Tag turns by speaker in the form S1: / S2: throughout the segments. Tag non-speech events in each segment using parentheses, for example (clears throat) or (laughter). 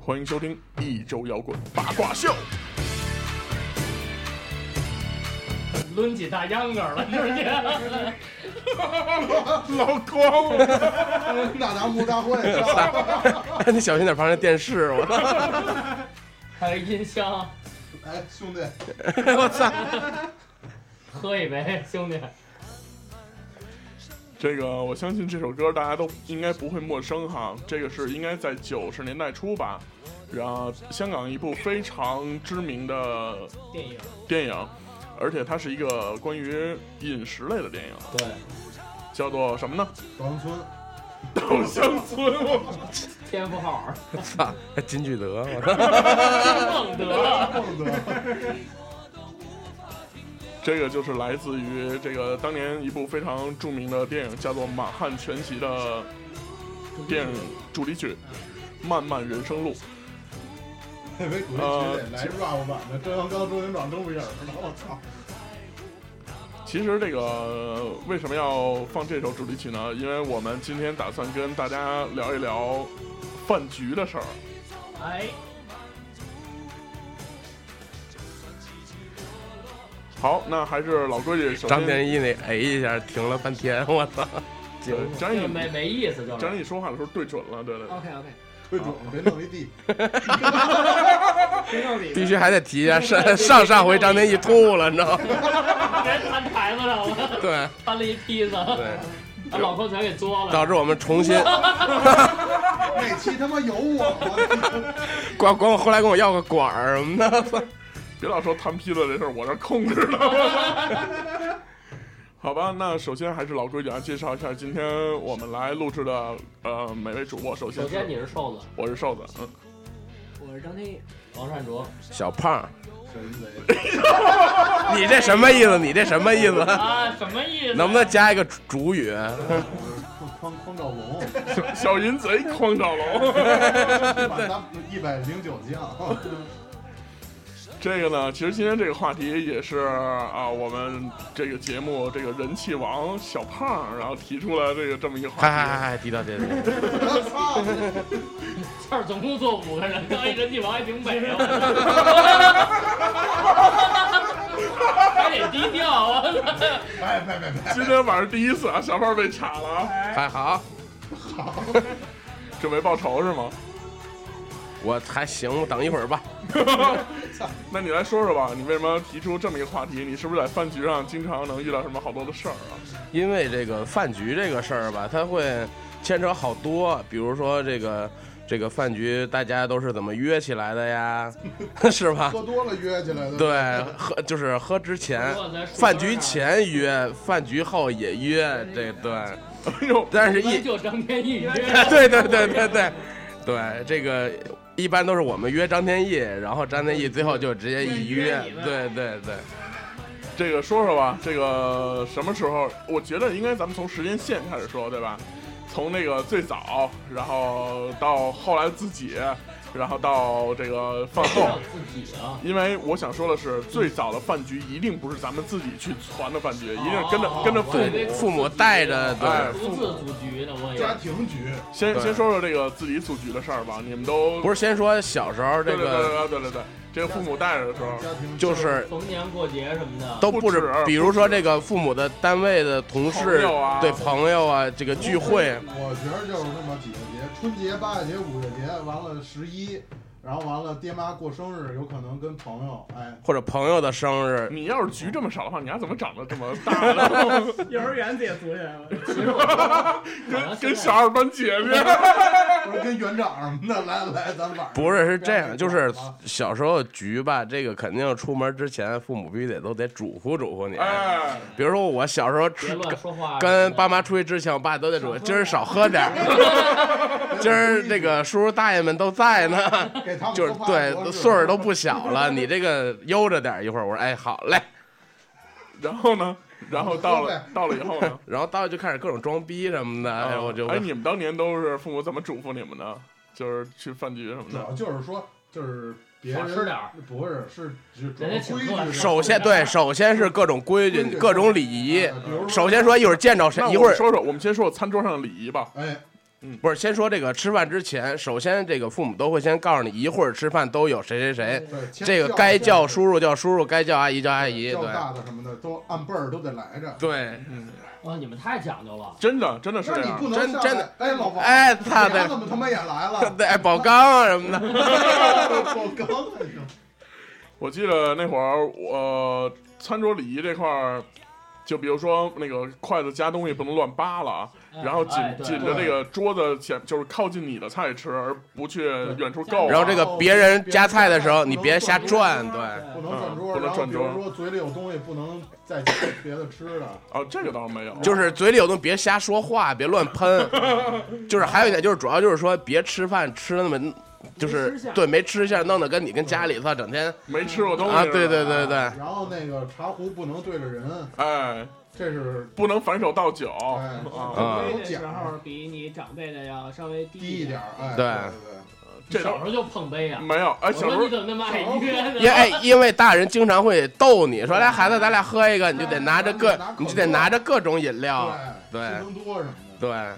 S1: 欢迎收听一周摇滚八卦秀。
S2: 抡起大秧歌 (laughs) 了，直接。
S1: 老 (laughs) 光，
S3: 那咱木大会，
S4: (laughs) 你小心点，旁边电视，我操！
S1: (laughs)
S2: 还有音箱，
S3: 哎，兄弟，
S4: 我操！
S2: 喝一杯，兄弟。
S1: 这个我相信这首歌大家都应该不会陌生哈，这个是应该在九十年代初吧，然后香港一部非常知名的
S2: 电影，
S1: 电影，而且它是一个关于饮食类的电影，
S2: 对，
S1: 叫做什么呢？
S3: 稻香村，
S1: 稻香村，我
S2: 天赋好，
S4: 操！ (laughs) 金巨德，我操！
S2: 孟德，
S3: 孟德，
S1: 这个就是来自于这个当年一部非常著名的电影，叫做《满汉全席》的电影主题曲《漫漫人生路》。
S3: 那回主题曲得来 rap 版的，郑阳刚、周云长、周笔影儿呢，我操！
S1: 其实这个呃为什么要放这首主题曲呢？因为我们今天打算跟大家聊一聊饭局的事儿。
S2: 哎，
S1: 好，那还是老规矩，首
S4: 张
S1: 先
S4: 天翼那哎一下停了半天，我操！惊了！
S1: 张
S2: 这
S1: 毅，
S2: 没哦没意思，就是。
S1: 张毅说话的时候对准了，对对对。
S2: OK (laughs) OK，
S3: 对准了，别弄一
S4: (laughs)
S3: 地，
S2: 别弄你，
S4: 必须还得提一下上上上回张天翼吐了，你知道吗？ (laughs)
S2: 别摊台子上了，
S4: 对
S2: 摊了一梯子，
S4: 对，
S2: 把老寇全给作了。
S4: 导致我们重新
S3: 那期他妈有啊我吗？
S4: 管管我后来跟我要个管儿什么的，我操
S1: 别老说摊坯子这事儿，我这控制呢。 (laughs) 好吧，那首先还是老规矩啊，介绍一下今天我们来录制的呃每位主播。首先
S2: 首
S1: 是，
S2: 先你是瘦子，
S1: 我是瘦子，嗯，
S2: 我是张天翼，王善
S4: (laughs)
S2: 卓。
S4: 小胖，
S3: 神贼，
S4: 你这什么意思？你这什么意思？
S2: 啊，什么意思？
S4: 能不能加一个主语？ (laughs)
S3: 匡匡兆龙，
S1: 小小淫贼匡兆
S4: (laughs)
S1: 龙。
S3: 满他一百零九将，
S1: 这个呢，其实今天这个话题也是啊，我们这个节目这个人气王小胖，然后提出了这个这么一个
S4: 嗨嗨
S1: 话
S4: 嗨
S1: 题。
S4: 嗨，提到这 (laughs) 个，
S3: 我操！
S2: 这儿总共坐五个人，当一人气王还挺美啊， (laughs) 还得低调啊！
S3: 别别别别，
S1: 今天晚上第一次啊，小胖被查了啊，
S4: 还哎好，
S1: 准备报仇是吗？
S4: 我还行，我等一会儿吧。
S1: (laughs) 那你来说说吧，你为什么提出这么一个话题？你是不是在饭局上经常能遇到什么好多的事儿啊？ (laughs)
S4: 因为这个饭局这个事儿吧，它会牵扯好多，比如说这个这个饭局大家都是怎么约起来的呀， (laughs) 是吧？
S3: 喝多了约起来的，
S4: 对，喝就是喝之前
S2: 我在，书
S4: 饭
S2: 桌
S4: 局
S2: 上
S4: 前约，饭局后也约，这对，
S1: 哎呦，
S4: 但是
S2: 一般
S4: 一，，
S2: 就张天翼约
S4: 对对对对对，对这个一般都是我们约张天翼，然后张天翼最后就直接一约，对对对，
S1: 这个说说吧，这个什么时候？我觉得应该咱们从时间线开始说，对吧？从那个最早，然后到后来自己，然后到这个饭后
S2: 让。自己啊，
S1: 因为我想说的是，最早的饭局一定不是咱们自己去攒的饭局，一定是跟着跟着父
S2: 哦我以为
S1: 母。
S4: 父母带着，对，
S1: 哎
S2: 独自组局的我也
S3: 家庭局，
S1: 先
S4: 对
S1: 先说说这个自己组局的事儿吧，你们都
S4: 不
S1: 是
S4: 是先说小时候
S1: 对
S4: 这
S1: 对
S4: 个
S1: 对对对对对，这个父母带着的时候，
S3: 家庭
S4: 就是
S2: 逢年过节什么的
S4: 都不
S1: 不
S4: 止
S1: 止，
S4: 比如说这个父母的单位的同
S1: 朋
S4: 事
S1: 友啊，嗯
S4: 对朋友啊，这个聚会，
S3: 我觉得就是那么几个节，春节、八月节、五月节，完了十一，然后完了爹妈过生日，有可能跟朋友，哎，
S4: 或者朋友的生日，
S1: 你要是局这么少的话，你还怎么长得这么大
S2: (laughs)
S1: 呢？
S5: 幼儿园自己组起啊来了，
S1: 跟跟小二班姐姐。
S3: 不是跟园长什么的，来来，咱晚上 (laughs)
S4: 不是是这
S1: 嗯
S4: 样，就是
S3: 啊
S4: 小时候局吧，这个肯定出门之前父母必须得都得嘱咐嘱咐你。
S1: 哎，
S4: 比如说我小时候
S2: 别
S4: 吃
S2: 乱说话，
S4: 跟爸妈出去之前，我爸都得嘱咐，今儿少喝点
S2: (laughs)
S4: 儿，今儿这个叔叔大爷们都
S2: (laughs)
S4: 在呢，
S3: 给他们
S4: 就是
S3: 说话多
S4: 对
S3: 是
S4: 岁数都不小了，你这个悠着点儿一会儿。我说哎好嘞，
S1: 然后呢？然后到
S2: (laughs)
S1: 了到了以后呢？
S4: 然后到就开始各种装逼什么的，哎我就
S1: 哎，你们当年都是父母怎么嘱咐你们的？就是去饭局什么
S3: 主
S1: 的。
S3: 要就是说就是别
S2: 少
S3: 人
S2: 吃点儿，
S3: 不是是就是主
S2: 人家
S3: 要
S2: 请
S3: 规矩
S2: 客
S3: 上，
S4: 首先对，首先是各种规
S3: 规
S4: 矩、
S3: 矩
S4: 各种礼仪
S3: 啊比如。
S4: 首先说一会儿见着谁
S1: 那，
S4: 一会
S1: 我
S4: 儿
S1: 说说，我们先说餐桌上的礼仪吧。
S3: 哎，
S1: 嗯
S4: 不是先说这个吃饭之前，首先这个父母都会先告诉你一会儿吃饭都有谁谁谁，
S3: 对，先
S4: 这个
S3: 叫
S4: 该
S3: 叫
S4: 叫叔叔叫叔叔，该叫阿姨叫阿姨，
S3: 叫
S4: 对
S3: 大的什么的都按辈儿都得来着。
S4: 对，
S2: 哇，你们太讲究了。
S1: 嗯真的真的是
S3: 那
S1: 这
S3: 你
S1: 样
S3: 不。能
S4: 真
S3: 上
S4: 真的
S3: 来哎，老王，
S4: 哎，操
S3: 你丫
S4: 的，
S3: 怎么他妈也来了？
S4: (laughs) 对，哎宝刚啊什么的，
S3: 我刚才说
S1: 我记得那会儿我餐桌礼仪这块儿，就比如说那个筷子夹东西不能乱扒拉，
S2: 哎
S1: 然后紧
S2: 哎对
S1: 紧着那个桌子前就是靠近你的菜吃，而不去远处够啊。
S4: 然后这个别人夹菜的时候，你别瞎转，对，
S3: 不能转桌，
S1: 嗯不能
S3: 然后
S1: 转
S3: 比
S1: 桌
S3: 如说嘴里有东西不能再别的吃的，
S1: 啊，这个倒是没有，
S4: 就是嘴里有东西别瞎说话，别乱喷，就是还有一点就是主要就是说别吃饭吃的那么。就是
S2: 没吃相
S4: 对没吃相，弄得跟你跟家里头整天
S1: 没吃过东西
S4: 啊，
S1: 是吧
S4: 对对对对，
S3: 然后那个茶壶不能对着人，
S1: 哎，
S3: 这是
S1: 不能反手倒酒
S3: 哎
S1: 啊，
S4: 啊
S5: 长辈的时候比你长辈的要稍微低
S3: 低一点
S5: 点
S3: 儿，，哎，
S4: 对
S3: 对
S1: 这
S2: 小
S1: 倒
S2: 时候就碰杯啊。
S1: 没有。哎，
S2: 我
S1: 小时
S2: 说
S1: 候
S2: 你怎么那么爱约呢？(laughs)
S4: 因哎，因为大人经常会逗你说来哎孩子，咱俩喝一个，你就得拿着各
S3: 拿口，
S4: 你就得拿着各种饮料，
S3: 对
S4: 对
S3: 对，不能多什么的，
S4: 对，啊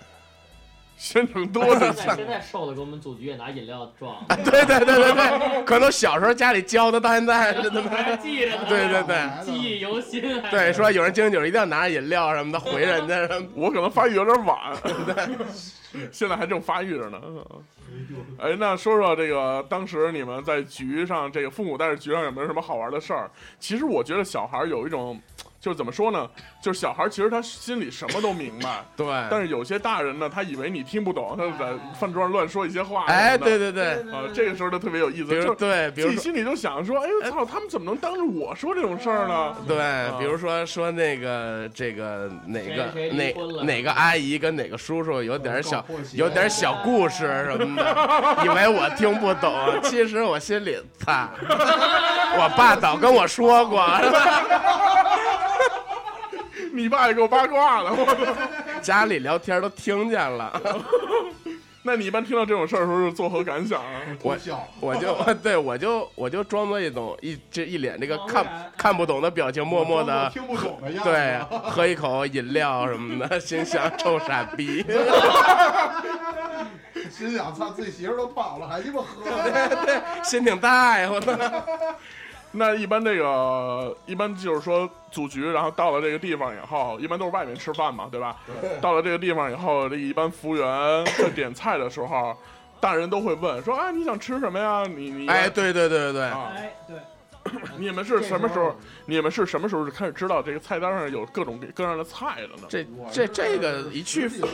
S1: 鲜成多
S2: 现
S4: (laughs)
S1: 的
S2: 在现在瘦的给我们组局也拿饮料撞，
S4: 对 (laughs) 对对对对，可能小时候家里教的，到现在真的
S2: 还记着呢，
S4: 对对对
S3: 来的
S2: 记忆犹新还。
S4: 对，说有人敬酒一定要拿着饮料什么的回人家什么
S1: 我可能发育有点
S4: (laughs)
S1: 晚，现在还正发育着呢。哎，那说说这个当时你们在局上，这个父母带着局上有没有什么好玩的事儿？其实我觉得小孩儿有一种，就是怎么说呢，就是小孩儿其实他心里什么都明
S4: (laughs)
S1: 白，
S4: 的，
S1: 但
S4: 对，
S1: 是有些大人呢，他以为你听不懂，他就在饭桌上乱说一些话。
S4: 哎，
S1: 什么
S4: 对
S1: 的，
S4: 对对，
S1: 啊、这个时候就特别有意思，
S4: 比
S1: 就
S4: 如
S1: 是
S4: 对，比
S1: 自
S4: 如
S1: 己
S4: 说。
S1: 心里就想说，哎呦操，他们怎么能当着我说这种事儿 (laughs) 呢？
S4: 对，比如说说那个这个哪个
S2: 谁谁
S4: 哪
S2: 离婚了
S4: 哪个阿姨跟哪个叔叔有点小
S3: 搞破鞋
S4: 有点小故事什么的，以为我听不懂，其实我心里擦， (laughs) 我爸早跟我说过， (laughs)
S1: 你爸也给我八卦了，我。
S4: 家里聊天都听见了，
S1: 那你一般听到这种事儿的时候是作何感想
S3: (laughs)
S1: 啊？
S4: 我
S3: 偷笑，
S4: 我就 (laughs) 对我就我就装作一种一这一脸这个
S5: 茫
S4: 看
S5: 然
S4: 看不懂的表情，默默
S3: 我
S4: 的
S3: 听不懂的样子，
S4: 对喝一口饮料什么的，心想 (laughs) 臭傻逼。
S3: 心想操，自己媳妇儿都跑了，还鸡巴喝，
S4: 心挺大呀，我操！
S1: 那一般这个一般就是说组局，然后到了这个地方以后，一般都是外面吃饭嘛，对吧？到了这个地方以后，这一般服务员在点菜的时候，大人都会问说：“哎，你想吃什么呀？你你
S4: 哎，对对对对对，
S1: 啊，
S5: 哎，对，
S1: 你们是什么时候？你们是什么时候开始知道这个菜单上有各种各样的菜了呢？
S4: 这
S3: 我
S4: 这
S3: 是
S4: 这个一去
S3: 十几岁，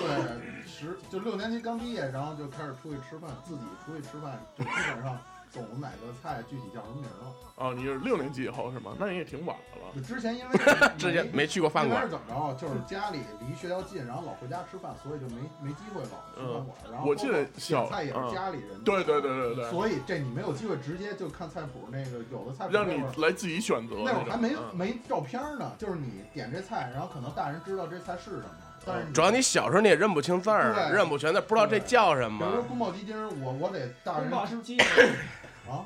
S3: 十就六年级刚毕业，然后就开始出去吃饭，自己出去吃饭，就基本上懂哪个菜具体叫什么名儿了。
S1: 啊，你是六年级以后是吗？那你也挺晚的了。
S3: 就之前因为
S1: (laughs)
S4: 之前没去过饭
S3: 那边
S4: 馆
S3: 是，怎么着？就是家里离学校近，然后老回家吃饭，所以就没没机会老去饭馆。然
S1: 嗯
S3: 后
S1: 我记得小
S3: 包括点菜也
S1: 嗯
S3: 是家里人，
S1: 对对。对对对，
S3: 所以这你没有机会直接就看菜谱，那个有的菜谱
S1: 让
S3: 那
S1: 你
S3: 会儿
S1: 来自己选择
S3: 那会儿
S1: 种
S3: 还没
S1: 嗯
S3: 没照片呢，就是你点这菜，然后可能大人知道这菜是什么，但
S1: 嗯
S3: 是
S4: 主要你小时候你也认不清字儿，
S3: 对
S4: 认不全的，不知道这叫什
S3: 比如说
S4: 么。
S3: 宫保鸡丁儿，我我得大人
S5: 宫保
S3: 知
S5: 鸡
S3: 啊，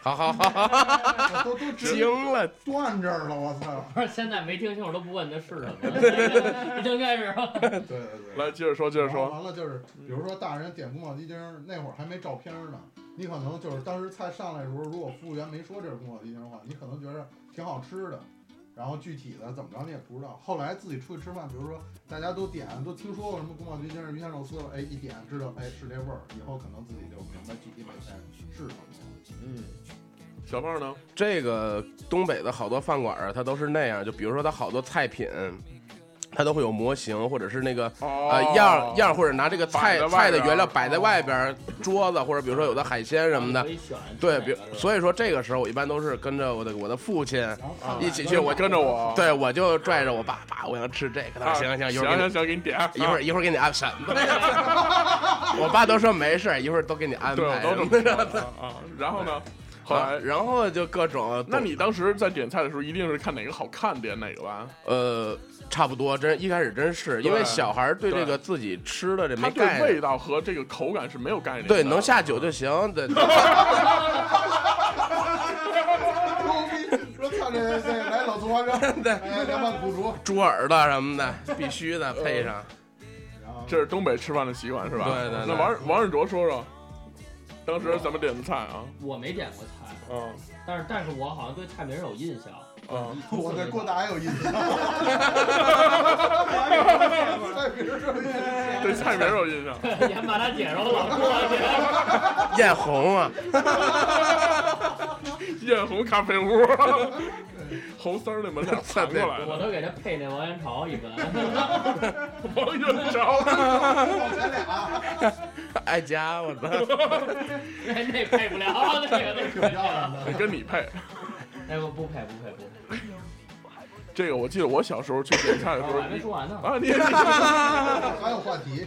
S4: 好好好，
S3: 我都都直接
S4: 惊了！
S3: 断这儿了，我
S1: (laughs)
S3: 操！
S2: 不是现在没听清楚都不问那是什么，已经开始了。
S3: 对对对，
S1: 来接着说，接着
S3: 然后
S1: 说，嗯
S3: 完了就是，比如说大人点宫保鸡丁儿，那会儿还没照片儿呢，你可能就是当时菜上来的时候，如果服务员没说这是宫保鸡丁儿的话，你可能觉得挺好吃的，然后具体的怎么着你也不知道。后来自己出去吃饭，比如说大家都点都听说过什么宫保鸡丁儿、鱼香肉丝了，哎，一点知道哎是这味儿，以后可能自己就明白具体每菜是什么了。
S1: 嗯，小胖呢？
S4: 这个东北的好多饭馆啊，它都是那样，就比如说它好多菜品，它都会有模型，或者是那个
S1: 哦
S4: 呃样样，或者拿这个
S1: 摆
S4: 菜
S1: 在外边儿嗯
S4: 菜的原料摆在外边儿桌子，或者比如说有的海鲜什么的
S2: 可。以选
S4: 对，比如
S2: 以
S4: 所以说这个时候我一般都是跟着我的我的父亲，
S3: 然后
S1: 啊
S3: 看
S4: 一起去我
S1: 跟着我
S4: 对我就拽着我爸爸，我想吃这个，他
S1: 啊
S4: 说行行，一
S1: 行
S4: 会儿给
S1: 行
S4: 你
S1: 行，给你点啊
S4: 一会儿一会儿给你安排。
S1: (laughs)
S4: 我爸都说没事儿，一会儿都给你安
S1: 对，我
S4: 排。
S1: 都这么 (laughs) 说的啊。啊然后
S4: (laughs)
S1: 呢，后
S4: 好，
S1: 来，
S4: 然后就各种，
S1: 那你当时在点菜的时候，一定是看哪个好看点哪个吧？
S4: 呃，差不多，真一开始真是因为
S1: 对
S4: 小孩儿对
S1: 对
S4: 这个自己吃的这
S1: 他
S4: 没
S1: 对啊
S4: 概
S1: 味
S4: 念，
S1: 道和这个口感是没有概念的。
S4: 对，能下酒就行。对，
S3: 说看这这来老葱花粥，
S4: 对
S3: 哎，凉拌苦竹，
S4: 猪耳朵什么的必须的配上。
S3: 然后
S1: 这是东北吃饭的习惯是吧？
S4: 对对对
S1: 那王王世卓说说，当时咱们点的菜啊，
S2: 我没点过菜，
S1: 嗯
S2: 但是但是我好像对菜名有印象。
S1: 嗯，
S3: 我对郭达有印象，在别人这儿有
S1: 啊对菜名有印象。
S2: 也把他解释我老过
S1: 嗯
S4: 艳红啊，
S1: 艳红咖啡屋， (laughs) 红丝儿那门脸盘过来
S2: 去，我
S1: 的，
S2: 都给他配那王元朝一 (laughs) 般。
S1: 王元朝，
S3: 印象，
S4: (laughs)
S3: 俩
S4: 爱家，我操，
S1: (laughs)
S2: 那那配不了，那个那配不
S3: 挺漂亮
S2: 了。
S1: (laughs)
S3: 的。
S1: 跟你配。
S2: 那个不配不配不配。
S1: 这个我记得我小时候去点菜的时
S2: (laughs) 我
S1: 候
S2: 还，没说完呢。
S1: 啊，你你 (laughs)
S3: 还有话题，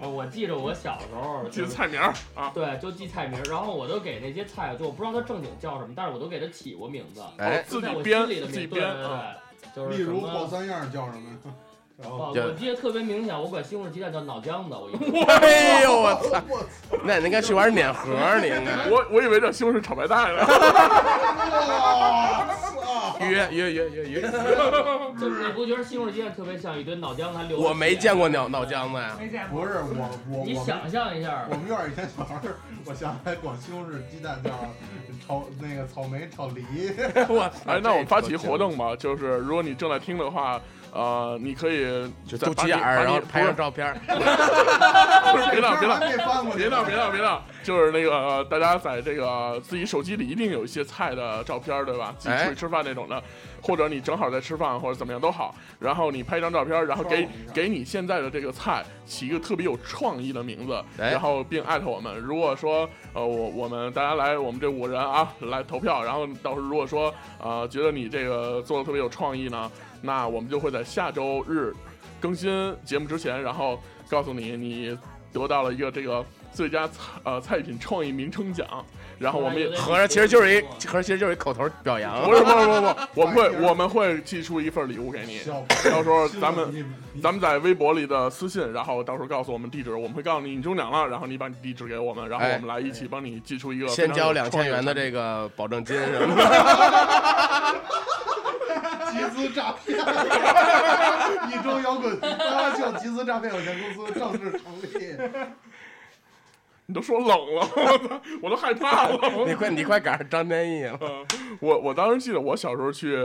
S2: 我记着我小时候
S1: 记
S2: 就
S1: 得
S2: 是
S1: 菜名儿啊，
S2: 对，就记菜名，然后我都给那些菜，就我不知道它正经叫什么，但是我都给它起过名字，
S4: 哎，
S1: 自己
S2: 在我
S1: 编
S2: 心里的名
S1: 自己
S2: 对
S1: 编
S2: 对
S1: 啊
S2: 对，就是
S3: 例
S2: 什
S3: 如
S2: 么
S3: 爆三样叫什么呀？然后
S2: 哦，
S4: 就
S2: 我记得特别明显，我管西红柿鸡蛋叫脑浆子，我一直
S4: 哎呦我操，
S3: 我
S4: 那你应该去玩碾盒，你应该
S1: 我我以为叫西红柿炒白菜呢，
S3: 操！
S4: 约约约约约，
S2: (laughs) 就是你不觉得西红柿鸡蛋特别像一堆脑浆还流？
S4: 我没见。过脑脑浆子呀，
S5: 没见过。
S3: 不是我我
S2: 你
S3: 我们
S2: 想象一下
S3: (laughs) 我，们院儿以前小孩儿，我想起来管西红柿鸡蛋叫炒那个草莓炒梨，
S4: 我操，
S1: 哎，那我们发起活动吧，就是如果你正在听的话，呃，你可以
S4: 就
S1: 在
S4: 肚
S1: 把
S4: 脐
S1: 你
S4: 眼儿，
S1: 把
S4: 然
S1: 你
S4: 后拍张
S1: 不
S4: 照片，
S1: 是不 (laughs) (laughs) 是别闹别闹
S3: (laughs) 还。没翻过去
S1: 啊别闹别闹别闹！就是那个、呃大家在这个自己手机里一定有一些菜的照片，对吧？自己出去吃饭那种的，或者你正好在吃饭或者怎么样都好，然后你拍一张照片，然后给
S3: 刷我一下
S1: 给你现在的这个菜起一个特别有创意的名字，
S4: 哎
S1: 然后并艾特我们。如果说呃我我们大家来我们这五人啊来投票，然后到时候如果说呃觉得你这个做的特别有创意呢，那我们就会在下周日更新节目之前，然后告诉你你得到了一个这个最佳菜呃菜品创意名称奖，然后我们也。
S4: 合着其实就是一合着其实就是一口头表扬
S1: (laughs) 不，是不是不是不是，我们
S3: 哎呀
S4: (laughs)
S1: 会我们会寄出一份礼物给你，
S3: 小
S1: 到时候咱们
S3: 你你
S1: 咱们在微博里的私信，然后到时候告诉我们地址，我们会告诉你你中奖了，然后你把你地址给我们，然后
S4: 哎
S1: 我们来一起帮你寄出一个
S4: 先交两千元的
S1: 个。
S4: 这个保证金什么的，
S3: 集资诈骗， (laughs) 一周摇滚八校集资诈骗有限公司正式成立。
S1: 你都说冷了，我都我都害怕了。
S4: (laughs) (laughs) 你快你快赶上张天翼了，
S1: 我我当时记得我小时候去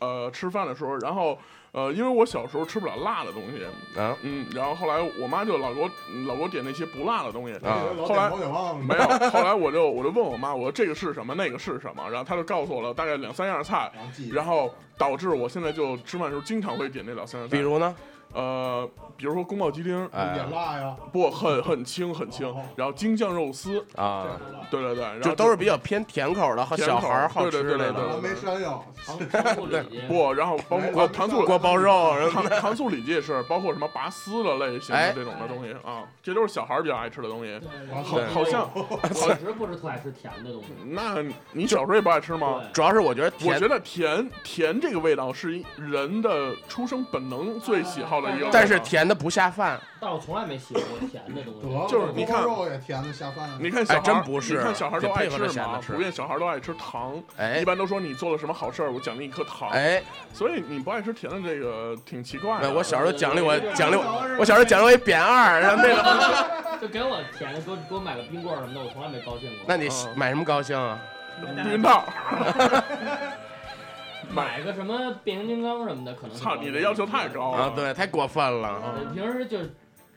S1: 呃吃饭的时候，然后呃因为我小时候吃不了辣的东西，
S4: 啊，
S1: 嗯，然后后来我妈就老给我嗯老给我点那些不辣的东西，
S4: 啊
S3: 老
S1: 后来
S3: 点头给忘了，
S1: 没有。后来我就我就问我妈，我说这个是什么，那个是什么，然后她就告诉我了大概两三样菜，
S3: 然后记，
S1: 然后导致我现在就吃饭的时候经常会点那两三样菜，
S4: 比如呢，
S1: 呃，比如说宫保鸡丁，
S4: 哎
S3: 也辣呀，
S1: 不很很轻很轻
S3: 哦，
S1: 然后京酱肉丝，
S3: 这
S4: 啊，
S3: 不辣。
S1: 对对对，然
S4: 就
S1: 后
S4: 都是比较偏甜口的，和
S1: 甜口
S4: 小孩儿好吃
S1: 对对对哎
S4: 那
S1: 对对
S4: 种，
S3: 我没山药，
S2: 糖糖醋里脊，
S1: 不，然后包括
S3: 哎
S1: 糖醋
S4: 锅包肉什么
S1: 糖糖醋里脊也是，包括什么拔丝的类型
S4: 哎
S1: 的这种的东西啊，这都是小孩儿比较爱吃的东西。
S2: 对
S1: 好，好像
S4: (laughs)
S2: 我一直不是特爱吃甜的东西。
S1: 那你小时候也不爱吃吗？
S2: 对
S4: 主要是我觉得
S1: 我
S4: 甜
S1: 觉，得甜甜这个味道是一人的出生本能最喜好的一个味道，
S4: 哎但是甜的不下饭，
S2: 但是我从来没喜欢过甜的东
S3: 得了
S2: 西。
S1: 就是你看
S3: 锅包肉也甜的下饭啊。
S1: 你看小孩儿
S4: 哎真不是
S1: 你看小孩儿都爱
S4: 得配合着
S1: 吃
S4: 咸
S1: 嘛
S4: 的，吃
S1: 普遍小孩儿都爱吃糖，
S4: 哎
S1: 一般都说你做了什么好事儿，我奖励一颗糖，
S4: 哎，
S1: 所以你不爱吃甜的这个挺奇怪
S4: 哎
S1: 的。
S4: 我小时候奖励我
S2: 对对对
S4: 奖励
S3: 小时
S4: 我
S3: 候，
S4: 我小时候奖励我一扁二，然后
S1: (laughs)
S4: 那个，
S2: 就给我甜的，给我给我买个冰棍儿什么的，我从来没高兴过。
S4: 那你买什么高兴啊？
S1: 避孕套，
S2: 买个什么变形金刚什么的，可能是
S1: 操，你的要求太高了。嗯
S4: 啊，对，太过分
S1: 哦
S4: 了，
S2: 我呃平时就是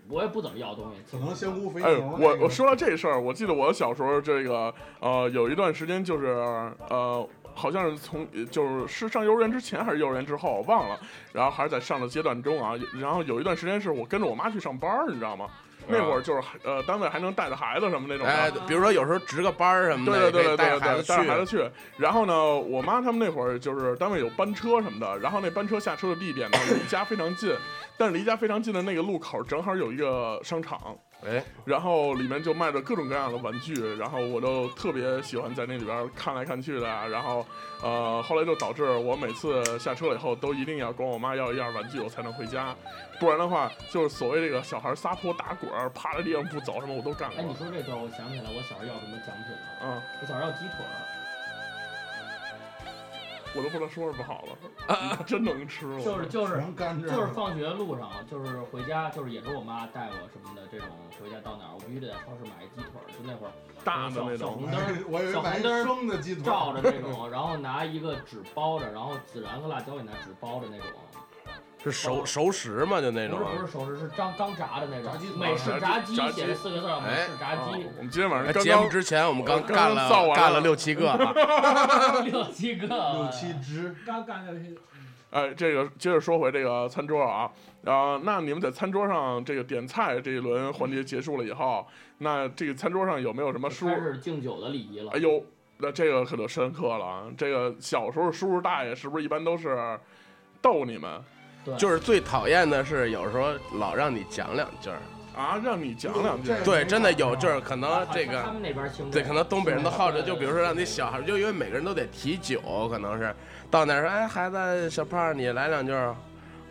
S2: 我也不怎么要东西，
S3: 可能香菇肥牛
S1: 哎，
S3: 那个。
S1: 我我说到这事儿，我记得我小时候这个呃，有一段时间就是呃，好像是从就是是上幼儿园之前还是幼儿园之后，我忘了，然后还是在上的阶段中啊，然后有一段时间是我跟着我妈去上班儿，你知道吗？那会儿就是呃，单位还能带着孩子什么那种的。
S4: 啊哎，比如说有时候值个班儿什么
S1: 对对
S4: 的，
S1: 对对对对，
S4: 也可以带
S1: 带
S4: 孩子
S1: 着孩子
S4: 去，
S1: 去。然后呢，我妈他们那会儿就是单位有班车什么的，然后那班车下车的地点呢离家非常近，但是离家非常近的那个路口正好有一个商场，
S4: 哎，
S1: 然后里面就卖着各种各样的玩具，然后我就特别喜欢在那里边看来看去的啊，然后呃，后来就导致我每次下车了以后都一定要管我妈要一样玩具，我才能回家，不然的话就是所谓这个小孩撒泼打滚儿，趴在地上不嗯走什么我都干
S2: 哎，你
S1: 过，
S2: 说这段，我想
S1: 哎
S2: 起来我小时候要什么奖品了。
S1: 嗯，
S2: 我小时候要鸡腿儿，
S1: 我都不知道说什么好了。你真能吃，我
S2: 嗯就是就是
S3: 全干这儿
S2: 就是
S3: 了
S2: 放学路上，就是回家，就是也是我妈带我什么的这种，回家到哪儿我必须得在超市买一鸡腿儿，就那会儿
S1: 大的那
S2: 小
S1: 种
S2: 红灯儿
S3: (laughs) 我以为买一生的鸡腿，
S2: 照着这种， (laughs) 然后拿一个纸包着，然后孜然和辣椒也拿纸包着那种，
S4: 是熟熟食嘛，就那
S2: 不
S4: 种啊
S2: 是。不是熟食，是刚刚炸的那
S3: 炸鸡
S2: 种，
S3: 腿
S2: 美式炸鸡
S1: 炸鸡
S2: 写着四个字儿，美式炸
S1: 啊
S2: 鸡，
S1: 我们今天晚上
S4: 哎
S1: 刚
S4: 节目
S1: 刚
S4: 之前我们刚
S1: 刚刚
S4: 干
S1: 造完了
S4: 了干了六七个 (laughs) 啊，
S2: (laughs) 六七个，
S3: 六七只，
S5: 刚干的是
S1: 哎，这个接着说回这个餐桌啊，啊、那你们在餐桌上这个点菜这一轮环节结束了以后，那这个餐桌上有没有什么叔？
S2: 开始敬酒的礼仪了
S1: 哎。呦，那这个可就深刻了。啊！这个小时候叔叔大爷是不是一般都是逗你们
S2: 对，
S4: 就是最讨厌的是有时候老让你讲两句儿，
S1: 啊？让你讲两句
S3: 这。个
S4: 对，真的有就是可能这
S2: 他
S4: 个
S2: 们那边兴
S4: 对，可能东北人都好着，
S2: 对
S4: 就比如说让你小孩，就因为每个人都得提酒，可能是到那儿说，哎，孩子，小胖儿你来两句儿，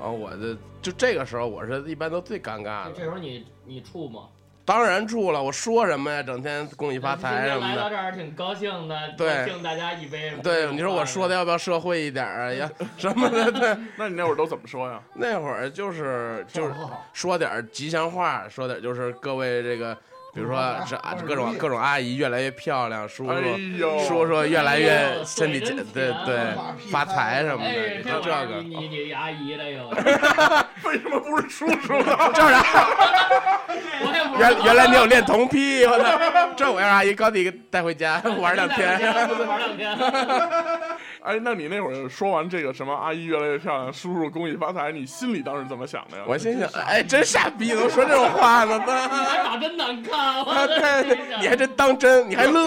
S4: 啊，我这就这个时候我是一般都最尴尬
S2: 这
S4: 的，
S2: 时候你你处吗？
S4: 当然住了，我说什么呀，整天恭喜发财什
S2: 今天
S4: 么
S2: 来到
S4: 的。
S2: 这儿挺高兴的，
S4: 对
S2: 敬大家一杯。
S4: 对，你说我说的要不要社会一点儿啊？
S2: (laughs)
S4: 要什么的？对，
S1: 那你那会儿都怎么说呀？
S4: 那会儿就是 (laughs) 就是
S3: 不好，
S4: 说点儿吉祥话，说点儿就是各位这个，比如说
S2: 嗯
S4: 这啊各种各种阿姨越来越漂亮，叔
S1: 哎
S4: 叔
S1: 呦，
S4: 叔叔越来
S2: 哎
S4: 越
S2: 呦
S4: 身体
S2: 嘴
S4: 健
S2: 真，
S4: 对
S2: 甜
S4: 对
S3: 马屁，
S4: 发财什么
S2: 哎，
S4: 的，
S2: 这
S4: 就
S2: 我
S4: 这
S2: 让
S4: 个
S2: 你你你阿姨了
S4: (laughs)
S2: 又，
S1: 为什么不是叔叔呢？ (laughs)
S4: 哦这啥？
S2: 我也不知道
S4: 原原来你有恋童癖，我操！这我让阿姨高低给带回家 (laughs) 玩两天。
S2: 玩两
S4: (laughs)
S2: 天。
S1: 哎，那你那会儿说完这个什么阿姨越来越漂亮，叔叔恭喜发财，你心里当时怎么想的呀？
S4: 我心想，哎，真傻逼，怎么说这种话呢？ (laughs)
S2: 你还打哎真难看，我
S4: 啊，
S2: 的天
S4: 对，
S2: 呀
S4: 你还真当真，你还乐，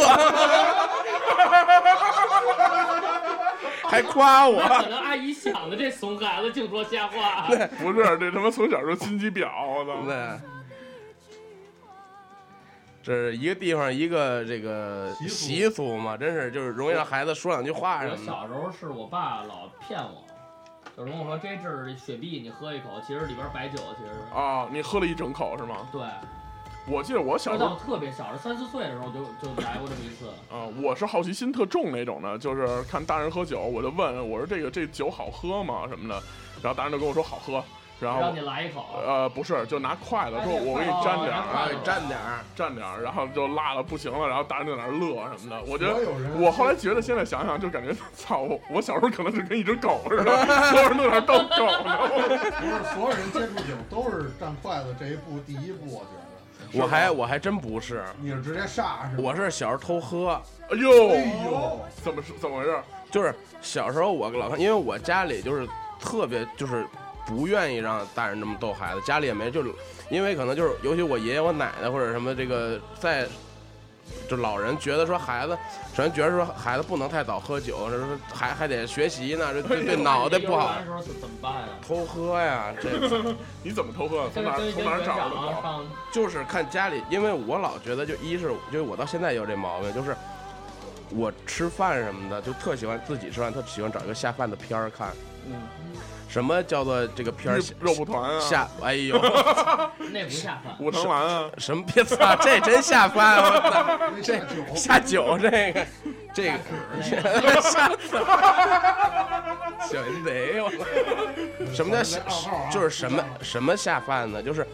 S4: 还夸我。
S2: 可能阿姨想的这怂孩子净说瞎话。
S1: 不是，这他妈从小就心机婊，我操！
S4: 对，这是一个地方一个这个
S3: 习俗
S4: 习俗嘛，真是就是容易让孩子说两句
S2: 我
S4: 话什么的。
S2: 小时候是我爸老骗我，就是跟我说这是雪碧，你喝一口，其实里边白酒，其实
S4: 哦
S2: 是
S1: 啊，你喝了一整口是吗？
S2: 对。
S1: 我记得我小
S2: 就
S1: 时
S2: 在
S1: 候
S2: 我特别小，三四岁的时候就就来过这么一次。
S1: 啊、我是好奇心特重那种的，就是看大人喝酒，我就问我说这个这酒好喝吗什么的，然后大人就跟我说好喝，然后
S2: 让你来一
S4: 哦
S2: 口，
S1: 呃不是，就拿筷子
S5: 哎
S1: 说
S5: 那
S1: 我给你
S5: 筷子
S1: 蘸
S2: 哦
S1: 点
S2: 拿筷
S1: 儿，
S2: 子
S4: 蘸啊点儿，
S1: 蘸点儿，然后就辣的不行了，然后大人就在那儿乐什么的。我觉
S3: 所
S1: 得
S3: 有人，
S1: 我后来觉得现在想想就感觉操，我我小时候可能就跟一只狗似的，
S2: (laughs)
S1: 所有人都在那儿逗狗呢。
S3: 不是所有人接触酒都是蘸筷子这一步第一步，我觉得
S4: 我还我还真不是，
S3: 你是直接煞是吧？
S4: 我是小时候偷喝，
S1: 哎
S3: 哎
S1: 呦，
S3: 呦，
S1: 怎么是怎么回事？
S4: 就是小时候我老看，因为我家里就是特别就是不愿意让大人这么逗孩子，家里也没就是因为可能就是尤其我爷爷我奶奶或者什么这个在。就老人觉得说孩子，首先觉得说孩子不能太早喝酒，这说还还得学习呢，这对对脑袋不好
S2: 那。你幼儿园的时候怎么办呀？啊
S4: 偷喝呀，这
S1: 你怎么偷喝？从哪儿
S2: 跟
S1: 从哪儿
S2: 园
S1: 找
S2: 长
S1: 的狗？
S2: 上
S4: 就是看家里，因为我老觉得就一是，就是我到现在也有这毛病，就是我吃饭什么的就特喜欢自己吃饭，特喜欢找一个下饭的片儿看。
S1: 嗯，
S4: 什么叫做这个片儿下
S1: 肉不团啊， (laughs)
S4: 下？哎呦，
S2: 那不下饭。
S1: 武藤兰啊，
S4: 什么别操，这真下饭，我操，
S3: 这酒 (laughs)
S4: 下酒这个这 (laughs) 个下死小贼我操。什么叫
S3: 咱
S4: 下
S3: 们这暗号啊？
S4: 就是什么什么下饭呢？就是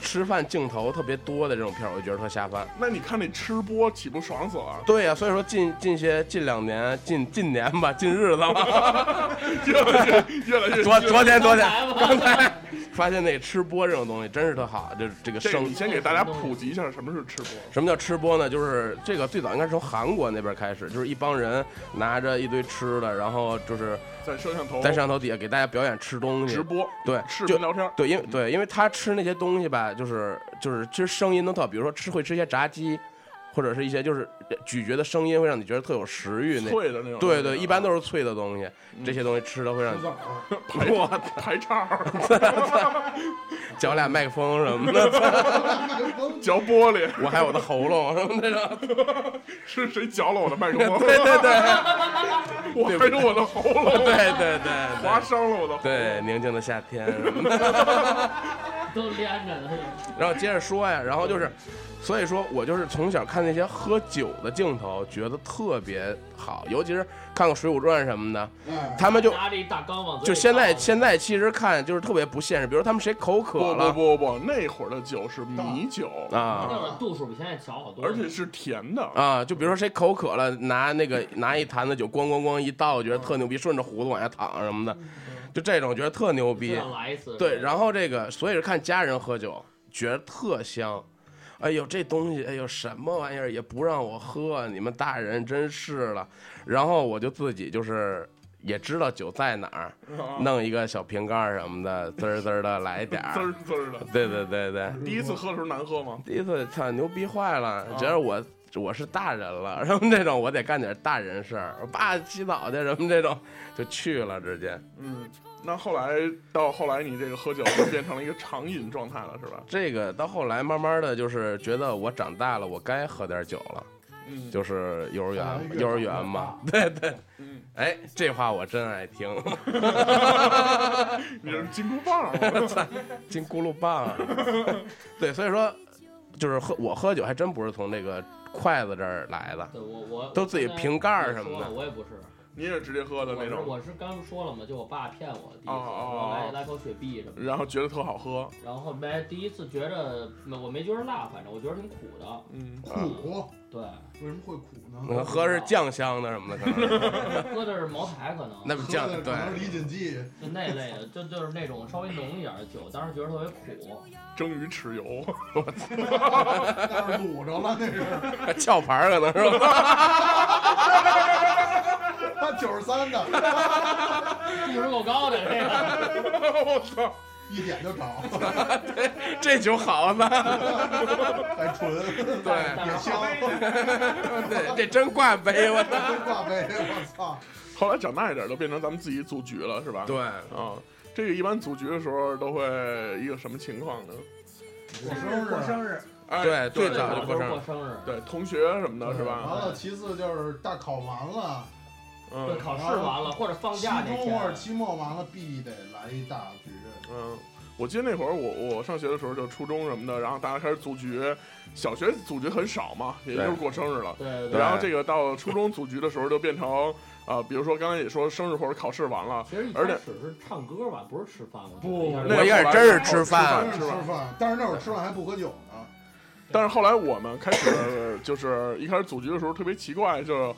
S4: 吃饭镜头特别多的这种片儿，我就觉得特下饭。
S1: 那你看那吃播岂不爽死啊
S4: (laughs)
S1: 了？
S4: 对呀、所以说近近些近两年近近年吧， (laughs) 近日子吧，
S1: (laughs) 越来越越来越
S4: 昨昨天昨天
S2: 刚
S4: 刚才 (laughs) 发现那吃播这种东西真是特好，就是这个
S1: 这
S4: 生
S1: 你先给大家普及一下什么是吃播。
S4: 什么叫吃播呢？就是这个最早应该是从韩国那边开始，就是一帮人拿着一堆吃的，然后就是
S1: 在摄像头
S4: 在摄像头底下给大家表演吃东西
S1: 直。播，
S4: 对，
S1: 视
S4: 就
S1: 频聊天。
S4: 对，因为对，因为他吃那些东西吧，就是就是其实声音都特好，比如说吃会吃一些炸鸡，或者是一些就是呃咀嚼的声音会让你觉得特有食欲那。
S1: 脆的那种，
S4: 对啊嗯对，一般都是脆的东西，这些东西吃了会让
S3: 不
S4: 你
S3: 早啊，
S1: 排
S4: 我
S1: 排叉儿、
S4: (laughs) 嚼俩麦克风什么 (laughs) 的，
S1: 嚼玻璃，
S4: 我还有我的喉咙什么的，
S1: 是谁嚼了我的麦克风？
S4: (laughs) 对对对
S1: 我还有我的喉咙，
S4: 对对对
S1: 划伤了我的喉咙。
S4: 对，宁静的夏天什么的，
S2: 都连着呢。
S4: (laughs) 然后接着说呀，然后就是，所以说我就是从小看那些喝酒的镜头，觉得特别好，尤其是看过《水浒传》什么的，
S3: 哎，
S4: (laughs) 他们就
S2: 拿着一大缸往嘴里
S4: 就现在
S2: 倒
S4: 现在其实看就是特别不现实，比如他们谁口渴
S1: 不不
S4: 了，
S1: 不不，那会儿的酒是米酒
S4: 啊
S2: 那会儿度数比现在小好多了，
S1: 而且是甜的。
S4: 啊，就比如说谁口渴了，拿那个拿一坛子酒咣咣咣一倒，觉得特牛逼，顺着胡子往下淌什么的，就这种觉得特牛
S2: 就
S4: 逼。
S1: 啊
S2: 想来一次。
S4: 对，
S2: 后
S4: 然后这个，所以是看家人喝酒，觉得特香。哎呦，这东西，哎呦，什么玩意儿也不让我喝，你们大人真是了。然后我就自己就是也知道酒在哪儿，
S1: 啊
S4: 弄一个小瓶盖儿什么的，滋儿滋儿的来点
S1: 滋
S4: 儿
S1: 儿。滋儿的。
S4: 对对对
S3: 哎
S4: 对，
S2: 嗯
S1: 第一次喝的时候难喝吗？
S4: 第一次操牛逼坏了，
S3: 啊
S4: 觉得我我是大人了，然后这种我得干点大人事儿，我爸洗澡去什么这种就去了，直接。
S1: 嗯，那后来到后来你这个喝酒就变成了一个常饮状态了，是吧？
S4: 这个到后来慢慢的就是觉得我长大了，我该喝点酒了。
S1: 嗯，
S4: 就是幼儿
S3: 看来
S4: 园，
S3: 啊越
S4: 幼儿
S3: 长
S4: 园
S3: 越
S4: 嘛。
S3: 大，
S1: 嗯，
S4: 哎，这话我真爱听， (laughs)
S1: 你这是金箍棒
S2: (laughs)
S1: 儿，
S4: 金咕噜棒
S3: (laughs)
S4: 啊。对，所以说，就是喝我喝酒还真不是从这个筷子这儿来的，
S2: 对我我
S4: 都自己瓶盖儿什么的
S2: 我也不是，
S1: 你也是直接喝的
S2: 我
S1: 那
S2: 是
S1: 种，
S2: 我是刚说了嘛，就我爸骗我第一次，
S1: 哦哦哦
S2: 我来来口雪碧什么的，
S1: 然后觉得特好喝。
S2: 然后没第一次觉着我没觉着辣，反正我觉得挺苦的。
S1: 嗯，
S3: 苦，
S2: 对，
S3: 为什么会苦呢？
S4: 可能嗯喝是酱香的什么的，可能
S2: 喝的是茅台，可能
S4: 那不
S3: 喝
S4: 酱
S3: 的可
S4: 对。 (laughs)
S3: 能李锦记，
S2: 就那类的，就就是那种稍微浓一点的酒，当时觉得特别苦。
S1: 蒸鱼豉油，
S3: 但是卤着了那是，
S4: 壳牌儿可能是吧？
S3: 他九十三的，
S2: 度数够高的这个，
S4: (laughs)
S1: 我操！
S3: 一点就着， (laughs)
S4: 这酒好呢，
S3: 还
S4: (laughs)
S3: 纯，
S4: 对
S3: 也香，
S4: (laughs) 对，这真挂杯，我操！
S3: 真 (laughs) 挂杯，我操！
S1: 后来长大一点都变成咱们自己组局了，是吧？
S4: 对，
S1: 啊，这个一般组局的时候都会一个什么情况呢？
S3: 我生
S5: 过
S3: 日。啊
S5: 生日，
S1: 哎，对
S4: 对最早
S2: 就
S4: 就过生日
S2: 过生日，
S1: 对同学什么的，是
S3: 完
S1: 吧？
S3: 了，其次就是大考完了，
S2: 对，
S1: 嗯
S2: 考试完了或者放
S3: 期
S2: 假那
S3: 中或者
S2: 天，
S3: 期末完了必得来一大局。
S1: 嗯，我记得那会儿我我上学的时候就初中什么的，然后大家开始组局，小学组局很少嘛，也就是过生日了。
S2: 对对
S4: 对
S1: 然后这个到初中组局的时候就变成啊、呃比如说刚才也说生日或者考试完了，
S2: 其实一
S1: 而
S2: 开
S1: 且
S2: 始是唱歌吧，不是吃饭。我觉得
S3: 不
S2: 一开始
S1: 那
S4: 我一开始真是吃
S1: 啊
S4: 饭，
S1: 是
S3: 吃
S1: 吧
S3: 饭，但是那会儿吃饭还不喝酒呢。
S1: 但是后来我们开始就是一开始组局的时候特别奇怪，就是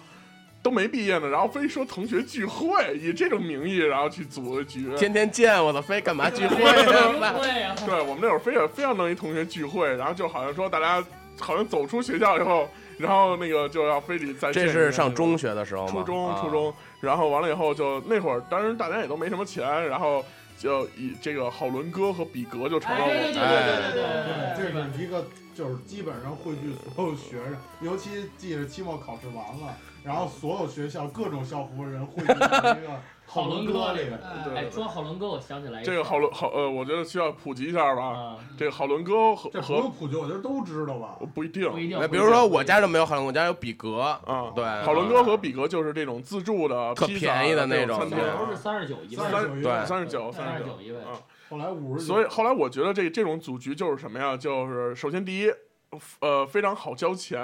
S1: 都没毕业呢，然后非说同学聚会，以这种名义然后去组个局。
S4: 天天见我的非干
S2: (laughs)
S4: 嘛聚会呢？
S2: 对呀，
S1: 对我们那会儿非要非要弄一同学聚会，然后就好像说大家好像走出学校以后，然后那个就要非得在
S4: (laughs) 这
S1: 县
S4: 是
S1: 里
S4: 上
S1: 面
S4: 中学的时候吗？
S1: 初中
S4: 啊
S1: 初中，然后完了以后就那会儿，当时大家也都没什么钱，然后就以这个好伦哥和比格就成了
S2: 哎，对对对
S1: 我。
S2: 对对对
S3: 这
S2: 对对，
S3: 是一个就是基本上汇聚所有学生，尤其记着期末考试完了，然后所有学校各种校服的人汇聚到一个
S2: (laughs) 好伦
S3: 哥
S2: 哥
S3: 里
S2: 这
S3: 边。
S5: 哎
S1: 对
S2: (laughs) 哎，说好伦哥，我想起来一
S1: 这个好伦好呃，我觉得需要普及一下吧。
S2: 啊，
S1: 这个好伦哥和
S3: 这不
S1: 和
S3: 用普及，我觉得都知道吧。
S1: 不一定
S2: 不一定
S4: 哎，。比如说我家就没有海伦，我家有比格，
S1: 啊，
S4: 对，
S1: 好伦哥和比格就是这种自助的
S4: 特
S1: 披萨
S4: 便宜的那种
S1: 餐厅
S4: 对，
S2: 都是三十九一位，
S3: 三十九一
S4: 对
S1: 三十九
S2: 啊三
S1: 三
S2: 十
S1: 十
S2: 九一位，
S1: 啊
S3: 后来五十九，
S1: 所以后来我觉得这这种组局就是什么呀？就是首先第一，呃，非常好交钱，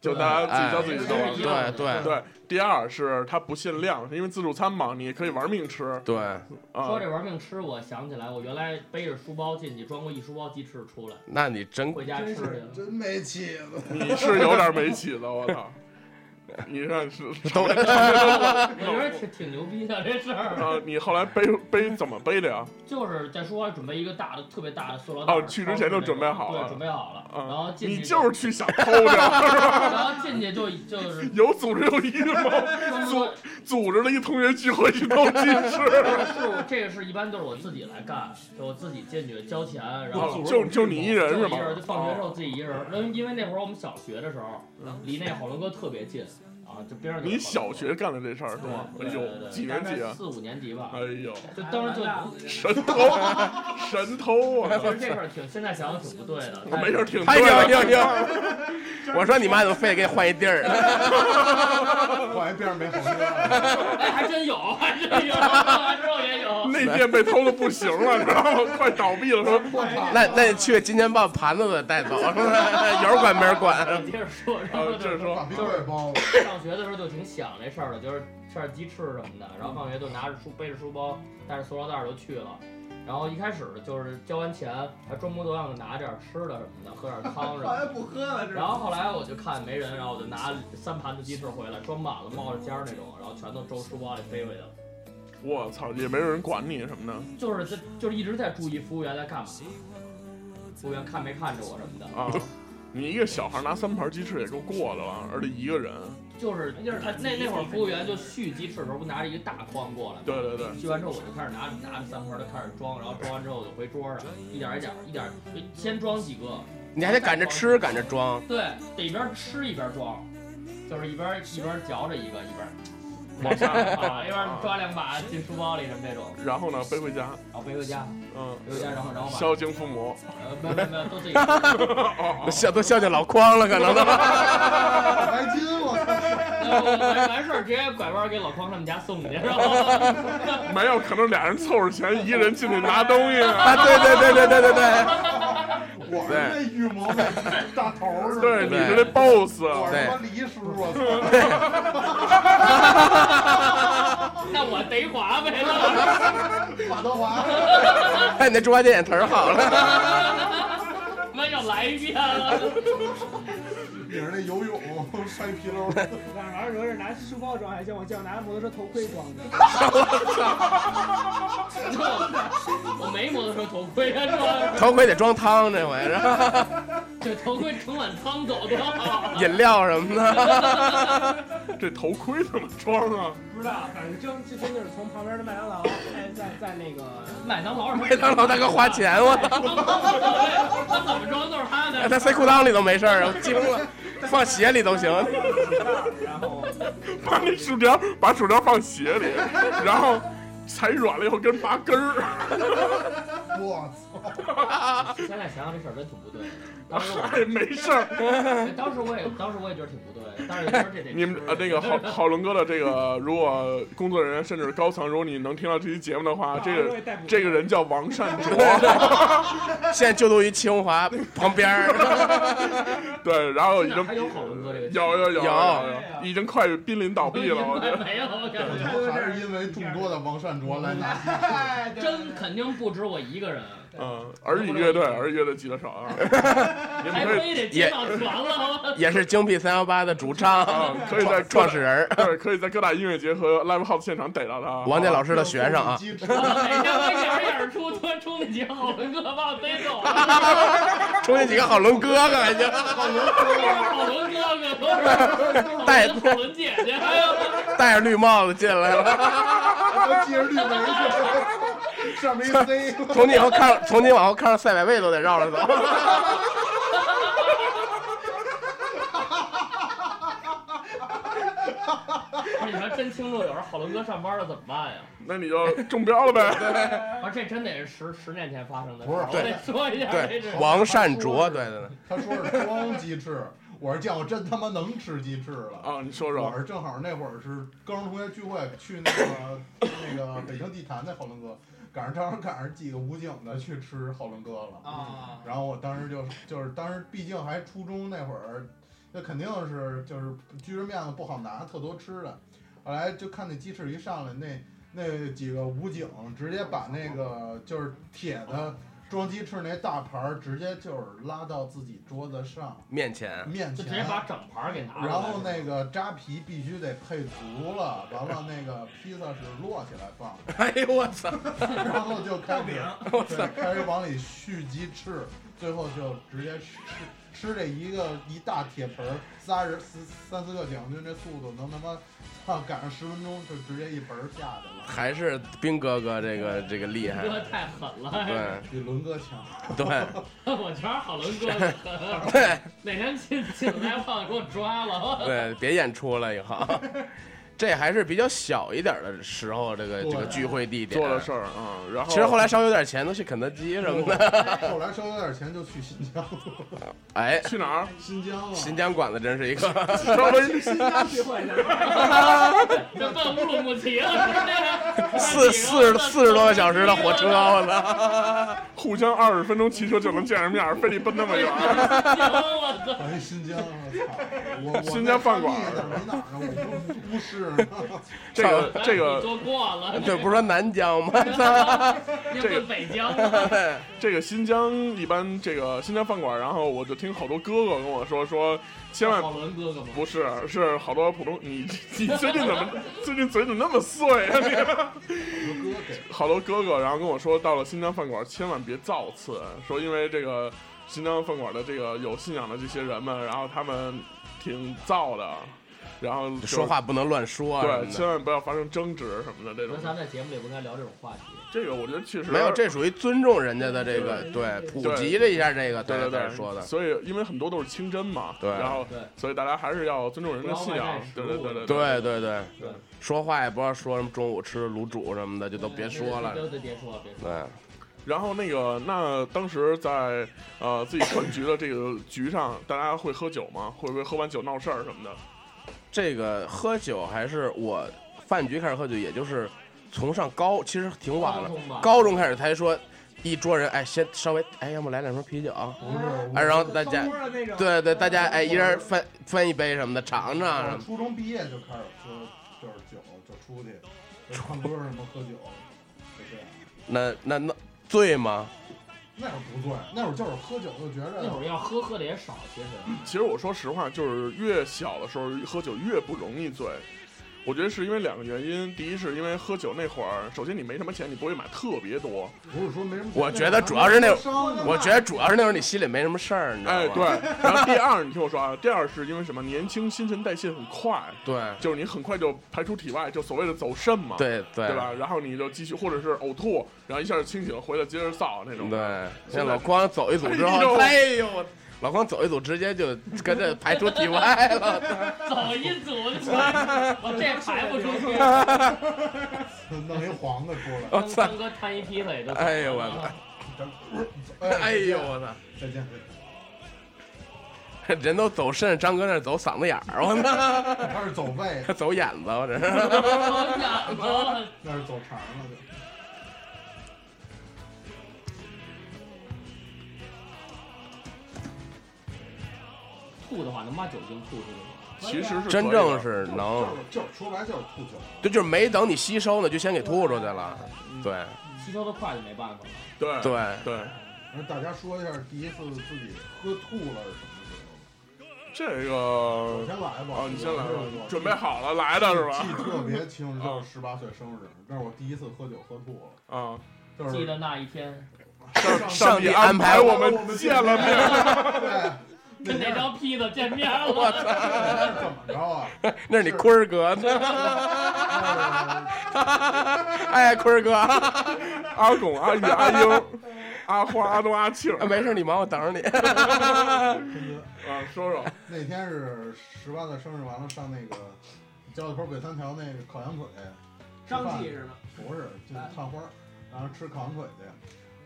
S1: 就大家自己交自己的
S2: 都
S1: 东
S2: 哎
S1: 西。
S4: 对对
S1: 对，第二是它不限量，因为自助餐嘛，你可以玩命吃
S4: 对，
S1: 啊
S2: 说。这玩命吃，我想起来，我原来背着书包进去，装过一书包鸡翅出来，
S4: 那你真
S2: 回家吃
S3: 真
S2: 去
S3: 是
S2: 了。
S3: 真没起 (laughs) 子。
S1: 你是有点没起子，我操！你看是
S4: 都
S2: (laughs) 我觉得挺挺牛逼的这事儿，
S1: 啊，你后来背背怎么背的呀？
S2: 就是在书包里准备一个大的、特别大的塑料袋儿。
S1: 哦去之前就准备好了
S2: 对，准备好了。然后
S1: 啊，
S2: 进去，
S1: 你就是去想偷的，
S2: 然后进去就就是
S1: (laughs) 有组织有阴谋，
S2: 说，
S1: 组织了一同学聚会去偷鸡
S2: 这
S1: 翅，
S2: 个是我这个是一般都是我自己来干，就我自己进去交钱，然后
S1: 啊就就你一人
S2: 就是一
S1: 吗啊哦
S2: 人，就？放学时候自己一人儿。因为因为那会儿我们小学的时候，离那好伦哥特别近，啊，就边上就有
S1: 你
S2: 好多
S1: 嗯小学干的这事儿是吗？哎
S2: 对对对
S1: 呦，
S2: 对
S1: 几年级
S2: 大概
S1: 啊？
S2: 四五年级吧
S1: 哎。呦，
S2: 就当时就
S1: 神偷，神偷啊！
S2: 其实这事儿挺，现在想想挺不对的。
S1: 我没事儿挺
S4: (laughs) 哎
S1: 对
S4: 呦
S1: 的，
S4: 呦呦！ (laughs) 我说你妈怎么非得给你换一地儿？ (laughs)
S3: 换一边上没好啊
S2: (laughs)
S3: 车，
S2: 哎，还真有，还真有，完之后也有。
S1: 那店被偷的不行了，知道吗？快倒闭了， (laughs) 说
S3: 破产。
S4: 那那你去金钱豹盘子带走， (laughs) 有人管没人
S1: (laughs)
S4: 管。
S2: 接着说，然后
S1: 呃，
S2: 就
S1: 这
S2: 是
S1: 是
S3: 把
S1: 说
S3: 冰柜包了，
S2: (laughs) 上学的时候就挺想这事儿的，就是吃点鸡翅什么的，然后放学就拿着书背着书包，带着塑料袋儿就去了。然后一开始就是交完钱，还装模作样的拿点吃的什么的，喝点汤什么
S5: 后来
S2: 的。
S5: 不喝了，知
S2: 然
S5: 道
S2: 后后来我就看没人，然后我就拿三盘子鸡翅回来，装满了冒着尖儿那种，然后全都周书包里背回去了。
S1: 我操，也没有人管你什么的
S2: 就是这就是一直在注意服务员在干嘛，服务员看没看着我什么的，
S1: (laughs) 啊！你一个小孩拿三盘鸡翅也够过了吧？而且一个人，
S2: 就是
S5: 就是他自己
S2: 那那会儿服务员就续鸡翅的时候不拿着一个大筐过来吗，
S1: 对对对，
S2: 续完之后我就开始拿拿着三盘儿就开始装，然后装完之后我就回桌上，一点儿一点儿一点儿就先装几个，
S4: 你还得赶着吃，赶着装。
S2: 对，得一边儿吃一边儿装，就是一边儿一边儿嚼着一个一边儿
S1: 往下，
S2: 啊一边儿抓两把进书包里什么这种，
S1: 然后呢背回家，
S2: 然后背回家，
S1: 嗯，
S2: 背回家然后然后把
S1: 孝敬父母， (laughs)
S2: 呃没有没有没有都自己吃，
S4: 都孝都孝敬老匡了，可能都。 (laughs)
S3: 白金我操！
S2: 呃完完事儿直接拐弯儿给老匡他们家送去，然后。 (laughs)
S1: 没有，可能俩人凑着钱，一个人进去拿东西 (laughs) 啊。
S4: 啊，对对对对对对对，
S3: 我是那预谋的大头儿似的，
S1: 对，你是那
S4: 对
S1: boss，
S3: 我
S1: 啊
S3: 是
S4: 对
S3: 他妈黎叔，我操！
S2: 那我贼滑呗，
S3: 马德华，
S4: 哎，你那猪八戒眼thần儿好 (laughs) 了。
S2: (laughs) 那又来一遍了。
S3: 你是那游泳摔皮篓儿，
S5: 晚上时候是拿书包装还行，我叫拿摩托车头盔装的。
S2: 我没摩托车头盔啊，是吧？
S4: 头盔得装汤这回，然后 (laughs)
S2: 这头盔盛碗汤走多好。
S4: 饮料什么的。
S1: 这头盔怎么装啊？ (laughs)
S5: 不知道，反正这真就是从旁边的麦当劳，
S6: 哎
S5: 在在在那个
S2: 麦当劳什么？
S4: 麦当劳大哥花钱，我操！
S2: 他怎么装都是他
S4: 哎
S2: 的。
S4: 他塞裤裆里都没事儿啊，我惊了。放鞋里都行，
S5: 然后
S1: 把那薯条，把薯条放鞋里，然后踩软了以后跟拔根儿， (laughs)
S3: 我操！
S2: 现在想想这事儿真挺不对的。当时
S1: 嗨，哎没事儿。
S2: 我，当时我也，当时我也觉得挺不对的，但是也说这得吃
S1: 你们呃，那个
S2: (laughs)
S1: 浩浩伦哥的这个，如果工作人员甚至是高层，如果你能听到这期节目的
S2: (laughs)
S1: 话， (laughs) 这个这个人叫王善卓，
S4: 现在就读于清华旁边 (laughs) 儿。
S1: (laughs) 对，然后已
S2: 现在
S1: 经
S2: 还有好伦哥这个
S1: 有有有
S4: 有
S1: 有，已经快濒临倒
S2: (laughs)
S1: 闭了，我觉得。
S2: 没有，我感觉
S3: 还是因为众多的王善卓来拿下。
S6: 哎
S2: 真肯定不止我一个人，
S1: 嗯，儿女乐队，儿女乐队记得少啊，
S2: (laughs)
S1: 你
S2: 还
S1: 们可以
S2: 非得接到船了。
S4: 也是京 B 三幺八的主唱，
S1: 啊可以在
S4: 创创始人，
S1: 对，可以在各大音乐节和 live house 现场逮到他。哦
S4: 王健老师的学生
S3: (laughs)
S4: 啊。
S3: 机
S2: 每
S3: 智，
S2: 天我眼儿眼儿出，突然冲那几个好伦哥把我逮走了，
S4: (laughs) 冲进几个好伦哥啊哥还行，
S2: 都是好伦哥哥，都是好
S4: 戴
S2: 伦好伦姐姐，哎呦，
S4: (laughs) 戴着绿帽子进来了。
S3: 他接着绿门去，上面一塞，
S4: 从今以后看，从今往后看着赛百味都得绕着走。
S2: 你说真听众有时候好伦哥上班了怎么办呀？
S1: 那你就中标了呗。
S2: 啊，这真得是十十年前发生的事，
S3: 不是
S2: 我得说一下这
S4: 对
S2: 是，。
S4: 王善卓，对对对，
S3: (laughs) 他说是装鸡 (laughs) 翅，我是见我真他妈能吃鸡翅了。
S1: (laughs) 啊，你说说
S3: 我，是正好那会儿是高中同学聚会，去那个那个北京地坛那好伦哥，赶上正好赶上几个武警的去吃好伦哥了。
S2: 哦
S5: 啊，
S3: 然后我当时就就是当时毕竟还初中那会儿，那肯定是就是居着面子不好拿特多吃的。后来就看那鸡翅一上来，那那几个武警直接把那个就是铁的装鸡翅那大盘儿直接就是拉到自己桌子上
S4: 面前
S3: 面
S2: 就直接
S3: 前。
S2: 把整盘儿给拿过来。
S3: 然后那个扎皮必须得配足了，完了那个披萨是摞起来放，
S4: 哎呦我操！
S3: 然后就开始，对，开始往里续鸡翅，最后就直接吃吃这一个一大铁盆儿，仨人四三四个将军这速度能他妈，操赶上十分钟就直接一盆儿下去了，
S4: 还是兵哥哥这个这个厉害，
S2: 哥太狠了，
S4: 对
S3: 比伦哥强。
S4: 对
S2: 我全是好伦哥的狠。
S4: 对
S2: 哪天进进来忘了给我抓了，
S4: 对，别演出了以后， (laughs) 这还是比较小一点的时候，这个这个聚会地点
S1: 做的事儿啊、嗯然后
S4: 其实后来稍微有点钱，都去肯德基什么的。
S3: 后来稍微有点钱就去新疆了，
S4: (laughs) 哎，
S1: 去哪儿？
S3: 新疆啊了，
S4: 新疆管子真是一个，
S1: (laughs) 稍微
S5: 新疆聚会去了，
S2: 这奔乌鲁木齐了，是不是？
S4: 四四十四十多个小时的火车，啊我操！
S1: 互相二十分钟骑车就能见着面儿，非得奔那么远。
S2: 我操！
S3: 反正哎新疆，我操！我我
S1: 新疆饭馆
S3: 在哪儿哪儿呢？我不不是呢，
S1: 这个
S2: 哎
S1: 这
S2: 你
S1: 个
S2: 多过了，
S4: (laughs) 对，不是说南
S2: (laughs)
S4: 疆 (laughs) 吗？
S2: 你
S1: 这个
S2: 奔 (laughs) 北疆了，
S1: 这个新疆一般这个新疆饭馆，然后我就听好多哥哥跟我说说，千万
S2: 好伦哥哥吗？
S1: 不是是好多普通你你最近怎么最近嘴怎么那么碎啊？你 (laughs)
S3: 我哥给
S1: 好多哥哥，然后跟我说，到了新疆饭馆千万别造次，说因为这个新疆饭馆的这个有信仰的这些人们，然后他们挺造的，然后就
S4: 说话不能乱说啊什
S1: 对，
S4: 么的。
S1: 千万不要发生争执什么的这
S2: 我
S1: 种
S2: 觉得。咱们在节目里不应该聊这种话题，
S1: 这个我觉得确实
S4: 没有，这属于尊重人家的这个，对，普及了一下这个，
S1: 对
S4: 对
S1: 对
S4: 说的，
S1: 所以因为很多都是清真嘛，
S4: 对
S1: 然后
S2: 对
S1: 所以大家还是要尊重人的信
S2: 不要
S1: 仰
S2: 外带，食
S1: 对
S2: 物
S1: 对对
S4: 对对对，
S2: 对，
S4: 说话也不知道说什么，中午吃卤煮什么的就都别说了，
S2: 都都别说，别说。
S4: 对，
S1: 然后那个，那当时在呃自己团局的这个局上，大家会喝酒吗？会不会喝完酒闹事儿什么的？
S4: 这个喝酒还是我饭局开始喝酒，也就是从上高，其实挺晚了，
S2: 了
S4: 高中开始才说一桌人，哎，先稍微，哎，要不来两瓶啤酒啊，
S3: 不是，
S4: 哎，然后大家
S5: 偷，摸的那种，
S4: 对对，大家哎，一人分分一杯什么的，尝尝什
S3: 我
S4: 么，
S3: 初中毕业就开始喝，就是酒就出去，就唱歌什么喝酒，就这样。
S4: 那那那醉吗？
S3: 那会儿不醉，那会儿就是喝酒就觉
S2: 那
S3: 着
S2: 会儿要喝喝的也少，
S4: (laughs)
S2: 其实
S1: 其实我说实话，就是越小的时候喝酒越不容易醉。我觉得是因为两个原因，第一是因为喝酒那会儿，首先你没什么钱，你不会买特别多，
S3: 不是说没什么。
S4: 我觉得主要是那会儿
S3: 伤的
S4: 我觉得主要是那会儿你心里没什么事儿，你知道吗？
S1: 哎，对。然后第二，你听我说啊，第二是因为什么？年轻，新陈代谢很快，
S4: 对
S1: 就是你很快就排出体外，就所谓的走肾嘛，
S4: 对对
S1: 对吧？然后你就继续，或者是呕吐，然后一下就清醒，回来接着造那种。
S4: 对，像老匡走一组之
S1: 哎呦
S4: 后，哎呦，老匡走一组直接就跟着排出体外了。 (laughs)
S2: 走一组， (laughs) 我这排不出去。
S3: 弄一黄的出来，
S4: 我操！
S2: 三哥摊一劈腿就。
S4: 哎呦我操！哎呦我操！
S3: 再见，
S4: (laughs) 人都走肾，张哥那走嗓子眼儿，我操！ (laughs)
S3: 那是走背，
S4: 走眼子，我这是。
S2: (laughs)
S4: (laughs)
S2: 我想了，
S3: 那是走肠了就。
S2: 吐的话能把酒精吐出去
S1: 其实是
S4: 真正是能，
S3: 就是就是说白了就是吐酒，
S4: 就就是没等你吸收呢，就先给吐出去了。对
S2: 吗？吸收的快就没办法了。
S1: 对
S4: 对，
S1: 对，
S3: 然后大家说一下第一次自己喝吐了是什么时候？
S1: 这
S3: 我
S1: 个
S3: 先来吧，
S1: 哦，你先来吧，你准备
S3: 好
S1: 好了来的是
S3: 记
S1: 吧？
S3: 特
S1: (laughs)
S3: 别清楚，就是十八岁生日，那是我第一次喝酒喝吐了，
S1: 啊，
S3: 就
S2: 记
S3: 是
S2: 得那一
S4: (laughs)
S2: 天，
S1: 上
S4: 上
S1: 帝
S4: 帝
S1: 安
S4: 安排
S1: 我
S4: 我
S1: 们见了面，
S3: 对，
S2: 跟那张坯子见面了。
S4: 我操！
S3: 那是怎么着啊？
S4: 那是你坤儿哥， (laughs) 哎，坤儿哥， (laughs)
S1: 阿拱、阿宇、阿英、阿花、阿东、阿庆，
S4: 没事，你忙，我等着你。
S1: 啊，说说，
S3: 那天是十八岁生日，完了上那个交道口北三条那个烤羊腿，
S5: 张继是吗？
S3: 不是就是探花儿，然后吃烤羊腿去。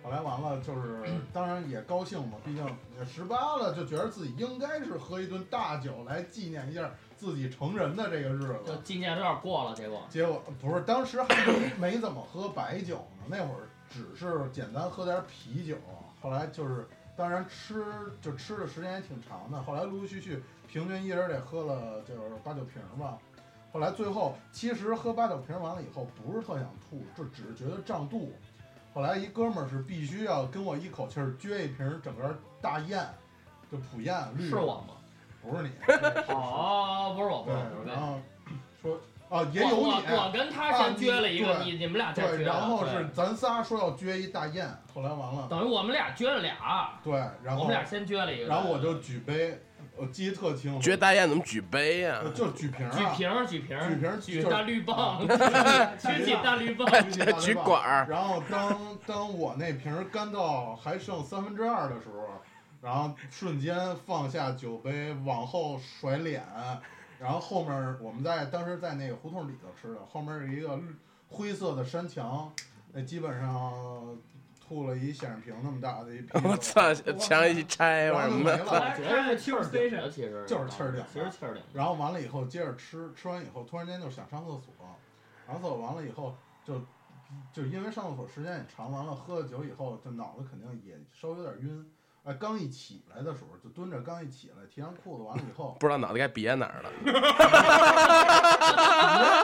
S3: 后来完了就是，当然也高兴嘛，毕竟也十八了，就觉得自己应该是喝一顿大酒来纪念一下自己成人的这个日
S2: (laughs) 就
S3: 子。
S2: 纪念有点过了，结果
S3: 结果不是，当时还没没怎么喝白酒呢，那会儿只是简单喝点啤酒。后来就是，当然吃就吃的时间也挺长的，后来陆陆续续平均一人得喝了就是八九瓶吧。后来最后其实喝八九瓶完了以后，不是特想吐，就只是觉得胀肚。后来一哥们儿是必须要跟我一口气儿撅一瓶整个大雁，就普
S4: 嗯
S3: 雁绿的，
S2: 是我吗？
S3: 不是你，
S2: 哦，不是我，不是我，不
S3: 对，
S2: 是
S3: 然
S2: 我。
S3: 后说啊，也
S2: 我
S3: 有你。
S2: 我我跟他先撅了一个，
S3: 啊
S2: 你你们俩再撅
S3: 对，
S2: 了。
S3: 然后
S2: 对
S3: 是咱仨说要撅一大宴，后来完了，
S2: 等于我们俩撅了俩，
S3: 对，然
S2: 我
S3: 后
S2: 们俩先撅了一个，
S3: 然后我就举杯，我记得特清，
S4: 绝大宴怎么举杯呀、
S3: 呃就是举瓶儿
S2: 举
S3: 啊，
S2: 瓶儿举瓶儿
S3: 举瓶儿啊
S2: 举
S3: 就是
S2: 大绿 (laughs) 棒，举起大绿棒，
S3: 举
S4: (laughs) 举管儿，
S3: 然后当当我那瓶儿干到还剩三分之二的时候，然后瞬间放下酒杯，往后甩脸，然后后面儿我们在当时在那个胡同里头吃的，后面儿是一个绿灰色的山墙，那基本上吐了一显示屏那么大的一啤
S4: (laughs) 我
S3: 酒，
S4: 操，墙一拆玩
S3: 然
S4: 什
S3: 后就
S4: 么
S3: 没
S4: 的，
S3: 了。
S2: 觉得是气儿顶的，其实
S3: 就是气儿顶的
S2: 其实气儿顶的。
S3: 然后完了以后接着吃，吃完以后突然间就想上厕所，上厕所完了以后就就因为上厕所时间也长，完了喝了酒以后就脑子肯定也稍微有点晕，哎，刚一起来的时候就蹲着，刚一起来提上裤子，完了
S1: (laughs)
S3: 以后
S4: 不知道脑袋该别哪儿了。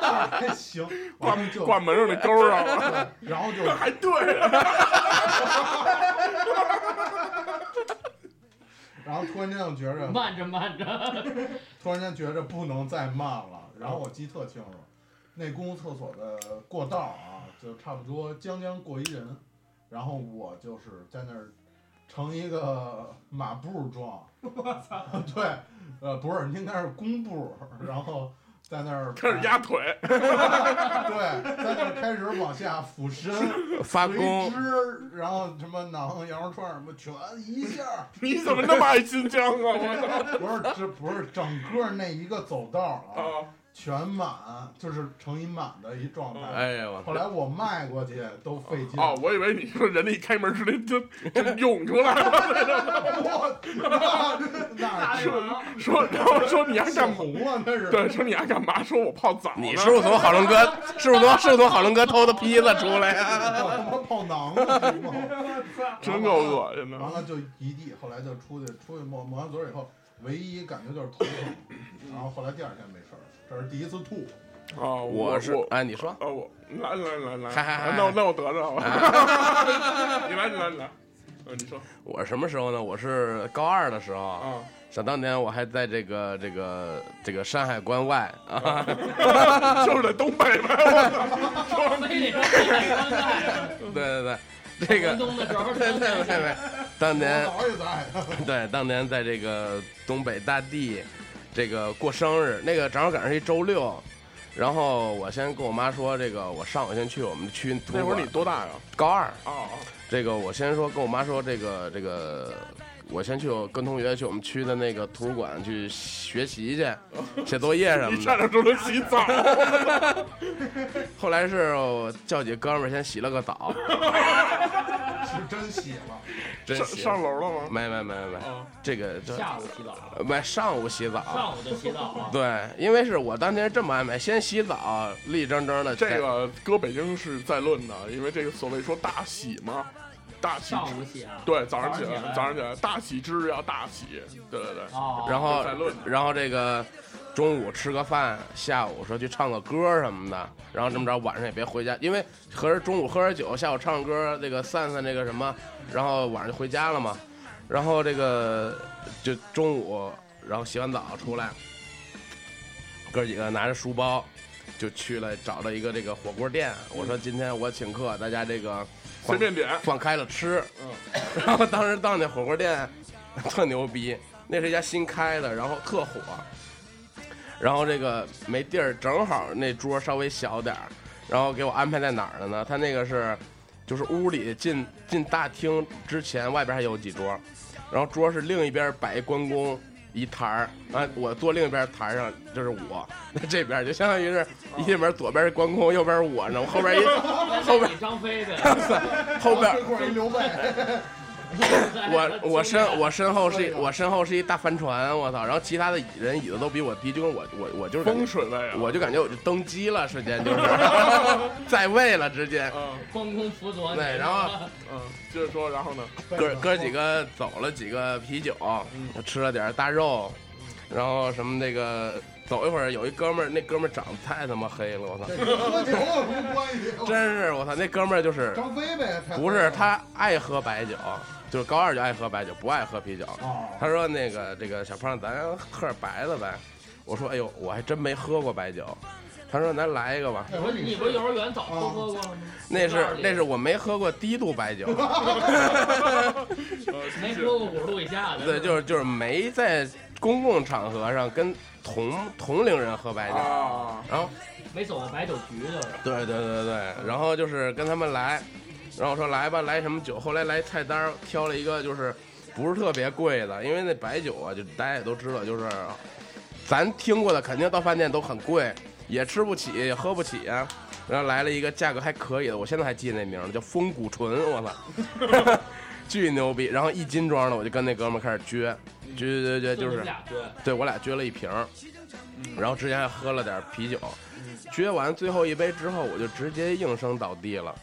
S3: 还哎行，完了就
S1: 挂门上那钩上 (laughs) 了，
S3: 对，然后就
S1: 还对，啊
S3: 然后突然间就觉着
S2: 慢着慢着，
S3: (laughs)
S2: (laughs)
S3: 突然间觉着不能再慢了，然后我记特清楚，
S1: 嗯
S3: 那公共厕所的过道啊，就差不多将将过一人，然后我就是在那儿成一个马步
S1: (laughs)
S3: 状，我操， (laughs) 对，呃，不是，应该是弓步，然后在那儿
S1: (laughs) 开始压腿，
S3: 对，在那儿开始往下
S1: (laughs)
S3: 俯身，
S4: 发
S3: 垂
S4: 功，
S3: 直，然后什么馕、羊肉串儿什么，全一下儿
S1: 你怎么那么爱新疆啊？我
S3: 不是这不是整个那一个走道
S1: 操！
S3: 啊，
S1: 啊，
S3: 全满，就是乘以满的一状态。
S4: 哎呀我
S3: 后
S4: 操，
S3: 来我迈过去都费劲。
S1: 哦，我以为你说人家一开门直接就就涌出来了， (laughs)
S3: 我那那
S2: 大
S3: 是
S2: 绿棒，
S1: 说然后说你还
S3: 小
S1: 干嘛？
S3: 红啊，那是。
S1: 对，说你还干嘛？说我泡澡呢。
S4: 你是不是从郝龙哥， (laughs) 是不是从是不是从郝龙哥偷的坯子出来啊呀、
S3: 我他妈泡囊了，你知道吗
S6: (laughs)
S1: 真够恶心的
S3: 完。了就一地，后来就出去出去抹抹完嘴以后，唯一感觉就是头疼，然后后来第二天没事儿，这是第一次吐。
S1: 啊，
S4: 我是
S1: 我
S4: 哎，你说
S1: 啊我来来来来，
S4: 嗨嗨嗨
S1: 啊那我那我得着吧。你来你来你来，呃你说
S4: 我什么时候呢？我是高二的时候，
S1: 啊，
S4: 想当年我还在这个这个这个山海关 (laughs) 外啊，
S1: (laughs) 就是在东北呗，我操
S2: 非得说海关在
S4: 对对对，这个
S2: 寒冬的时候，
S4: 对对对对，当年
S3: 我姥也在，
S4: 对，当年在这个东北大地，这个过生日，那个正好赶上是一周六，然后我先跟我妈说，这个我上午先去我们区图
S1: 那
S4: 书
S1: 会儿
S4: 馆
S1: 你。多大呀？
S4: 高二，
S1: 啊啊
S4: 这个我先说跟我妈说，这个这个，我先去我跟同学去我们区的那个图书馆去学习去，写作业什
S1: 你
S4: 么
S1: 站
S4: 的。
S1: 着说能洗澡，
S4: 后来是我叫几个哥们儿先洗了个澡，
S3: 是真血了。
S4: (laughs) 真
S1: 上
S4: 洗
S1: 上楼了吗？
S4: 没没没没没，
S1: 啊，
S4: 这个这
S2: (laughs) 下午洗澡，
S4: 没上午洗澡。
S2: 上午就洗澡啊了。
S4: 对，因为是我当天是这么安排，先洗澡，立正正的。
S1: 这个搁北京是在论的，因为这个所谓说大喜嘛，大喜
S2: 上午洗啊？
S1: 对早上起来
S2: 早上起来
S1: 早上起来大喜之日要大喜，对对对，
S2: 哦，
S4: 然后
S1: 在论呢
S4: 然后这个中午吃个饭，下午说去唱个歌什么的，然后这么着晚上也别回家，因为合着中午喝点酒，下午唱歌，这个散散这个什么，然后晚上就回家了嘛。然后这个就中午，然后洗完澡出来，哥几个拿着书包。就去了，找了一个这个火锅店。我说今天我请客，大家这个
S1: 随便点，
S4: 放开了吃。 (laughs) 然后当时到那火锅店， (laughs) 特牛逼，那是一家新开的，然后特火。然后这个没地儿，正好那桌稍微小点儿，然后给我安排在哪儿了呢？他那个是，就是屋里进进大厅之前，外边还有几桌，然后桌是另一边摆一关公一台儿，啊，我坐另一边台上就是我，那这边就相当于是一边左边是关公，右边是我呢，我后边一 (laughs) 后边
S2: 你张飞呗，
S4: 后边 (laughs)
S3: 这块一刘备，
S2: (laughs)
S4: (laughs) 我我身我身后是一
S3: 哎呦
S4: 我身后是一大帆船，我操！然后其他的人椅子都比我低，就跟我我我就是感
S1: 风
S4: 觉
S1: 水位啊，
S4: 我就感觉我就登基了，瞬间就是
S1: (laughs)
S4: 在位了，直接。
S1: 嗯
S2: 关公辅佐你。
S4: 对然后
S1: 嗯，接着说，然后呢？ (laughs)
S4: 哥哥几个走了几个啤酒，
S1: 嗯
S4: 吃了点大肉，然后什么那个走一会儿，有一哥们儿，那哥们儿长得太他妈黑了，我操！
S3: 这跟喝酒有什么关系？
S4: 真是我操，那哥们儿就是
S3: 张飞呗，太
S4: 不是他爱喝白酒，就是高二就爱喝白酒，不爱喝啤酒。
S3: 哦，
S4: 他说那个这个小胖，咱喝点白的呗。我说哎呦，我还真没喝过白酒。他说咱来一个吧，
S3: 那会
S2: 我
S3: 儿
S2: 说
S3: 你
S2: 你
S3: 是啊
S2: 不是幼儿园早偷喝过吗？
S4: 那是那是我没喝过低度白酒，
S1: 呃
S2: 没喝过五十度以下的。
S4: 对，就是就是没在公共场合上跟同同龄人喝白酒，
S1: 啊，
S4: 然后
S2: 没走过白酒局就是。
S4: 对对对对，然后就是跟他们来，然后我说来吧，来什么酒？后来来菜单儿挑了一个就是不是特别贵的，因为那白酒啊，就大家也都知道，就是咱听过的肯定到饭店都很贵，也吃不起，也喝不起啊。然后来了一个价格还可以的，我现在还记得那名儿叫风骨醇，我操， (laughs) 巨牛逼！然后一斤装的，我就跟那哥们儿开始撅，撅撅撅撅，就
S2: 你
S4: 是
S2: 们俩撅，
S4: 对我俩撅了一瓶儿，
S1: 嗯
S4: 然后之前还喝了点啤酒，撅完最后一杯之后，我就直接应声倒
S1: (laughs)
S4: 地了，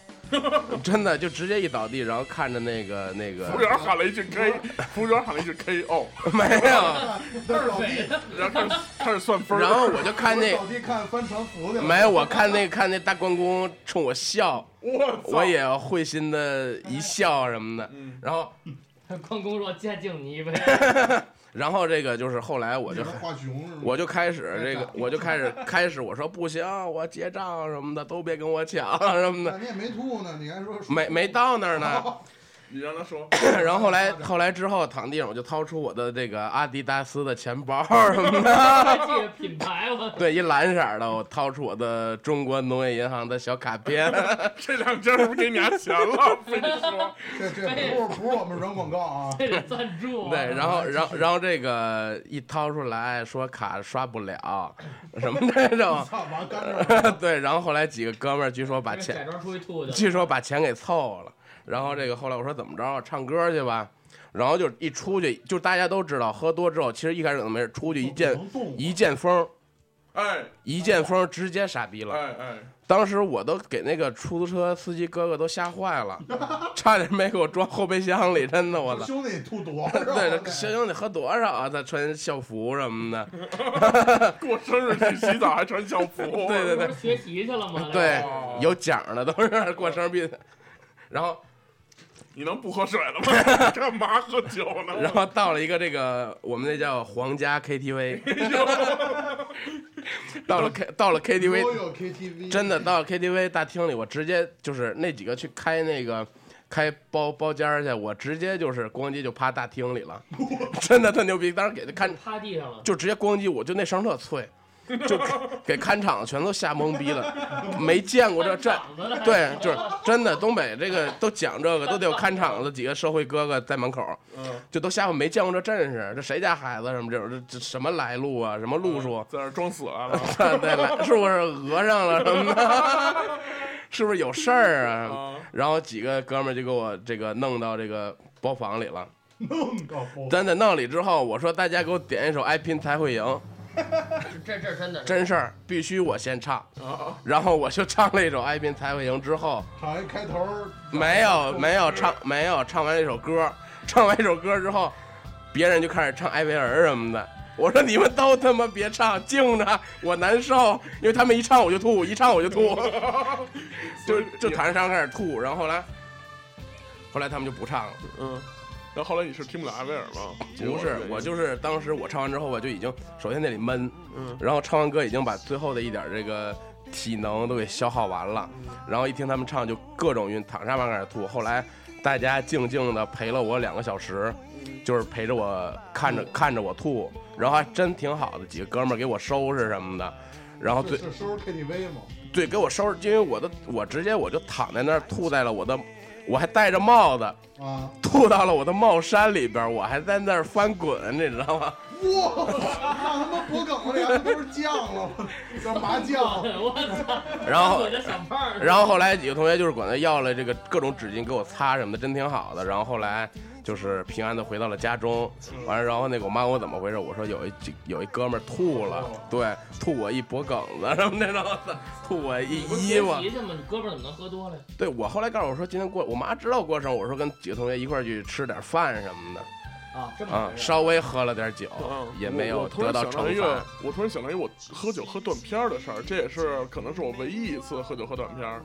S4: 真的就直接一倒地，然后看着那个那个
S1: 服务员喊了一句 K，服务员喊了一句 K O，
S4: (laughs) 没有，
S3: 但是老
S2: 对
S3: 弟，，
S1: 然后开
S4: (laughs)
S1: 始开始算分儿，
S4: 然后我就看那
S3: 老弟看帆船服去了。
S4: 没有，我看那看那大关公冲我笑，
S1: (laughs) 我操
S4: 我也会心的一笑什么的，
S1: 嗯
S4: 然后
S2: (laughs) 关公说再敬
S4: (laughs)
S2: 你一杯，
S4: 然后这个就是后来我
S3: 你
S4: 就是
S1: 嗯
S3: 画熊是吗？
S4: (laughs) 我就开始这个，我就开始开始我说不行，我结账什么的都别跟我抢什么的，
S3: 那你也没吐呢，你还说
S4: 没没到那儿呢。
S1: 哦你让他说， (laughs)
S4: (clears throat) 然后后来后来之后躺地上，我就掏出我的这个阿迪达斯的钱包什么的，
S2: 还记得品牌
S4: (laughs)
S2: 吗？
S4: 对，一蓝色儿的，我掏出我的中国农业银行的小卡片，
S1: 这两家是不是给你俩钱了？ (laughs) 非得说，
S3: 这这不是不是我们软广告啊，
S2: (laughs) 这得赞助啊。
S4: 对，然后然后然后这个一掏出来说卡刷不了，什么这种， (laughs)
S3: 操，完干这儿
S4: 对，然后后来几个哥们儿据说把
S2: 这个假
S4: 钱
S2: 装出去吐去 (laughs)
S4: 据
S2: 了。
S4: 说把钱给凑了，然后这个后来我说怎么着，唱歌去吧。然后就一出去，就大家都知道，喝多之后，其实一开始都没事，出去一
S3: 不
S4: 见
S3: 能动
S4: 一见风，
S1: 哎
S4: 一见风直接傻逼了。
S1: 哎哎，
S4: 当时我都给那个出租车司机哥哥都吓
S3: (laughs)
S4: 坏了，差点没给我装后备箱里，真的我操！
S3: 兄弟吐多少？
S4: 对，行行，得喝多少啊？他穿校服什么的，
S1: 过生日去洗澡还穿校服，
S4: (laughs) 对对对
S2: 不是学习去了吗？
S4: 对
S1: 哦，
S4: 有奖的都是过生日必须得。 (laughs) 然后，
S1: 你能不喝水了吗？ (laughs) 干嘛喝酒呢？
S4: 然后到了一个这个我们那叫皇家 KTV，到了 K 到了
S3: 都
S4: KTV，
S3: 有 KTV，
S4: 真的到了 KTV 大厅里，我直接就是那几个去开那个开包包间儿去，我直接就是咣叽就趴大厅
S3: (laughs)
S4: 里了，真的特牛逼。当时给他看
S2: 趴地上了。
S4: 就直接咣叽，我就那声特脆，就给看场的全都吓懵逼了，没见过这
S2: (laughs)
S4: 这。
S2: 长子呢
S4: 对，就是真的，东北这个都讲这个，都得有看场子几个社会哥哥在门口，
S1: 嗯，
S4: 就都吓唬没见过这阵势，这谁家孩子什么这种，这这什么来路啊，什么路数，
S1: 在那儿装死
S4: (laughs)
S1: 来了，
S4: 啊，对了，是不是讹上了什么的？是不是有事儿啊？
S1: 啊，
S4: 然后几个哥们儿就给我这个弄到这个包房里了。
S3: 弄个包
S4: 真的弄里之后，我说大家给我点一首《爱拼才会赢》，
S3: (laughs)
S2: 这这真的是
S4: 真事儿，必须我先唱。
S1: 啊
S4: 然后我就唱了一首《爱拼才会赢》之后，
S3: 好像一开头
S4: 没有没有唱没有唱完一首歌，唱完一首歌之后，别人就开始唱艾薇儿什么的。我说你们都他妈别唱，静着，我难受，因为他们一唱我就吐，一唱我就吐， (laughs) 就就
S1: 他，
S4: 台上开始吐，然后后来，后来他们就不唱了。
S1: 嗯，然后后来你是听不了艾薇儿吗？
S4: 不是，我就是当时我唱完之后吧，就已经首先那里闷，
S1: 嗯
S4: 然后唱完歌已经把最后的一点这个体能都给消耗完了，然后一听他们唱就各种晕，躺沙发开始吐。后来大家静静的陪了我两个小时，就是陪着我看着看着我吐，然后还真挺好的，几个哥们儿给我收拾什么的，然后最
S3: 是是收拾 KTV 嘛，
S4: 对，给我收拾，因为我的我直接我就躺在那儿吐在了我的，我还戴着帽子，
S3: 啊，
S4: 吐到了我的帽衫里边儿，我还在那儿翻滚，你知道吗？
S3: 哇，让他妈脖梗子里还都是酱了，叫麻酱，
S2: 我操！
S4: (laughs) 然后
S2: 我的小胖儿，
S4: 然后后来几个同学就是管他要了这个各种纸巾给我擦什么的，真挺好的。然后后来就是平安的回到了家中，
S1: 嗯
S4: 完了然后那个我妈问我怎么回事，我说有一有一哥们儿吐了，
S1: 哦
S4: 对，吐我一脖梗子什么那种的，吐我一
S2: 你不是
S4: 衣服
S2: 学。习去吗？你哥们儿怎么能喝多了呀？
S4: 对我后来告诉我说今天过，我妈知道过生日，我说跟几个同学一块儿去吃点饭什么的，
S2: 啊，这
S4: 啊
S2: 么，回事。
S4: 稍微喝了点酒，也没
S1: 嗯我
S4: 有
S1: 我突然
S4: 得到
S1: 想
S4: 惩
S1: 到一
S4: 罚
S1: 个。，我突然想到一个我喝酒喝断片儿的事儿，这也是可能是我唯一一次喝酒喝断片儿。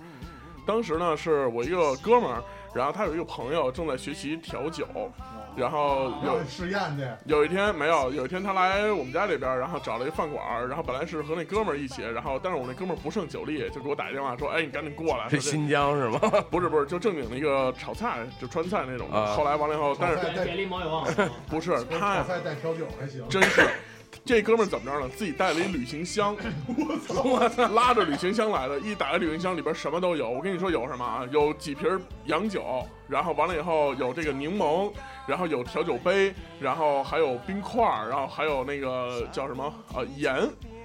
S1: 当时呢，是我一个哥们儿，然后他有一个朋友正在学习调酒，然后有
S3: 让你试验去，
S1: 有一天没有，有一天他来我们家这边儿，然后找了一饭馆儿，然后本来是和那哥们儿一起，然后但是我那哥们儿不胜酒力，就给我打一电话说，哎，你赶紧过来，说
S4: 是
S1: 这
S4: 新疆是吗？ (laughs)
S1: 不是不是，就正经的一个炒菜，就川菜那种的。
S4: 啊
S1: 后来完了以后，但是
S3: 炒菜
S2: 别别离毛啊
S4: (laughs)
S2: 有望远。
S1: 不是
S3: 炒
S1: 他
S3: 菜带调酒还行。
S1: 真是。这哥们儿怎么着呢？自己带了一旅行箱， (laughs) 我操，拉着旅行箱来的。一打开旅行箱，里边什么都有。我跟你说有什么啊？有几瓶洋酒，然后完了以后有这个柠檬，然后有调酒杯，然后还有冰块儿，然后还有那个叫什么呃盐，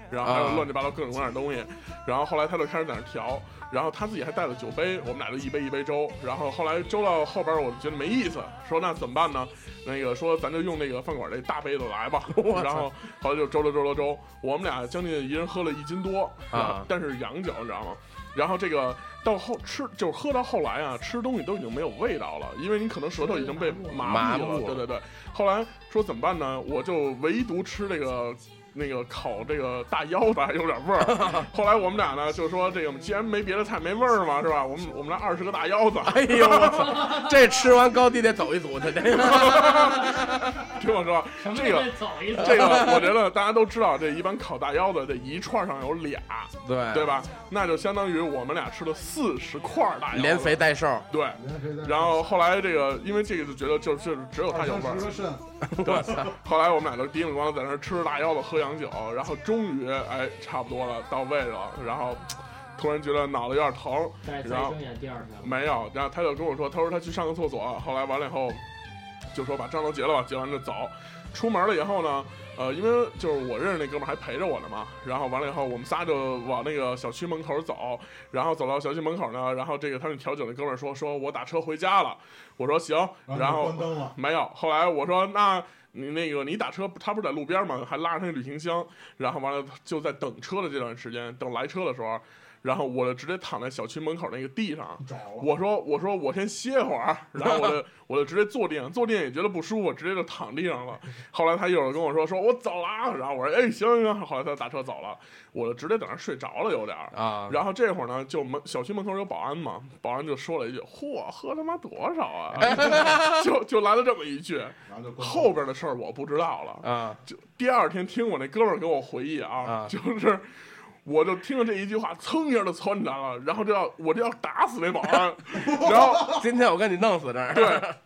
S1: 然后还有
S4: 啊
S1: 乱七八糟各种各样的东西。然后后来他就开始在那儿调，然后他自己还带了酒杯，我们俩就一杯一杯粥。然后后来粥到后边，我就觉得没意思，说那怎么办呢？那个说咱就用那个饭馆这大杯子来 (laughs) 吧，然后后来就周了周了周，我们俩将近一人喝了一斤多
S4: 啊
S1: 但是洋酒你知道吗？然后这个到后吃就是喝到后来啊，吃东西都已经没有味道了，因为你可能舌头已经被麻
S4: 麻
S1: 木了。
S4: 木了
S1: 对对对。后来说怎么办呢？我就唯独吃这个那个烤这个大腰子还有点 (laughs) 味儿。后来我们俩呢就说这个既然没别的菜没味儿嘛，是吧？我们我们来二十个大腰子，
S4: 哎呦我操！这吃完高低得走一组去， (laughs)
S1: 听我说
S2: (laughs) 什
S1: (laughs)
S2: 么
S1: 这
S2: 也
S1: 个
S2: 得走一
S4: (laughs)
S2: 走。
S1: 这个，我觉得大家都知道，这一般烤大腰子，这一串上有俩，
S4: 对
S1: 对？吧？那就相当于我们俩吃了四十块儿大腰子，
S4: 连肥带瘦，
S1: 对。然后后来这个，因为这个就觉得就就只有他有味
S3: 十
S1: 儿，
S3: 个肾，
S1: (laughs)
S4: (laughs)
S1: 对。后来我们俩就叮里咣啷在那儿吃大腰子，喝洋酒，然后终于哎差不多了，到位了，然后突然觉得脑袋有点疼，
S2: 但是再睁眼第二天了，
S1: 没有，然后他就跟我说，他说他去上个厕所，后来完了以后，就说把蟑螂结了吧，结完就走。出门了以后呢，呃，因为就是我认识那哥们儿还陪着我呢嘛，然后完了以后，我们仨就往那个小区门口走，然后走到小区门口呢，然后这个他那调酒那哥们儿说，说我打车回家了，我说行，
S3: 然
S1: 然
S3: 后
S1: 后
S3: 关灯了，
S1: 没有。后来我说那。你那个，你打车，他不是在路边嘛，还拉着那旅行箱，然后完了就在等车的这段时间，等来车的时候，然后我就直接躺在小区门口那个地上，
S3: 找了。
S1: 我说我说我先歇会儿，然后我就我就直接坐地上，坐地上也觉得不舒服，直接就躺地上了。后来他一会儿跟我说说我走了啊，然后我说哎行行，行，后来他打车走了，我就直接在那儿睡着了有点儿。
S4: 啊，
S1: 然后这会儿呢，就门小区门口有保安嘛，保安就说了一句：“嚯，喝他妈多少啊！” (laughs) 就就来了这么一句。
S3: 然后就关灯
S1: 后边的事儿我不知道了。
S4: 啊
S1: 就第二天听我那哥们儿给我回忆啊，
S4: 啊
S1: 就是我就听着这一句话，噌一下就窜起来了，然后就要我就要打死那保安， (laughs) 然后
S4: 今天我跟你弄死这
S1: (laughs)
S4: 儿，
S1: 对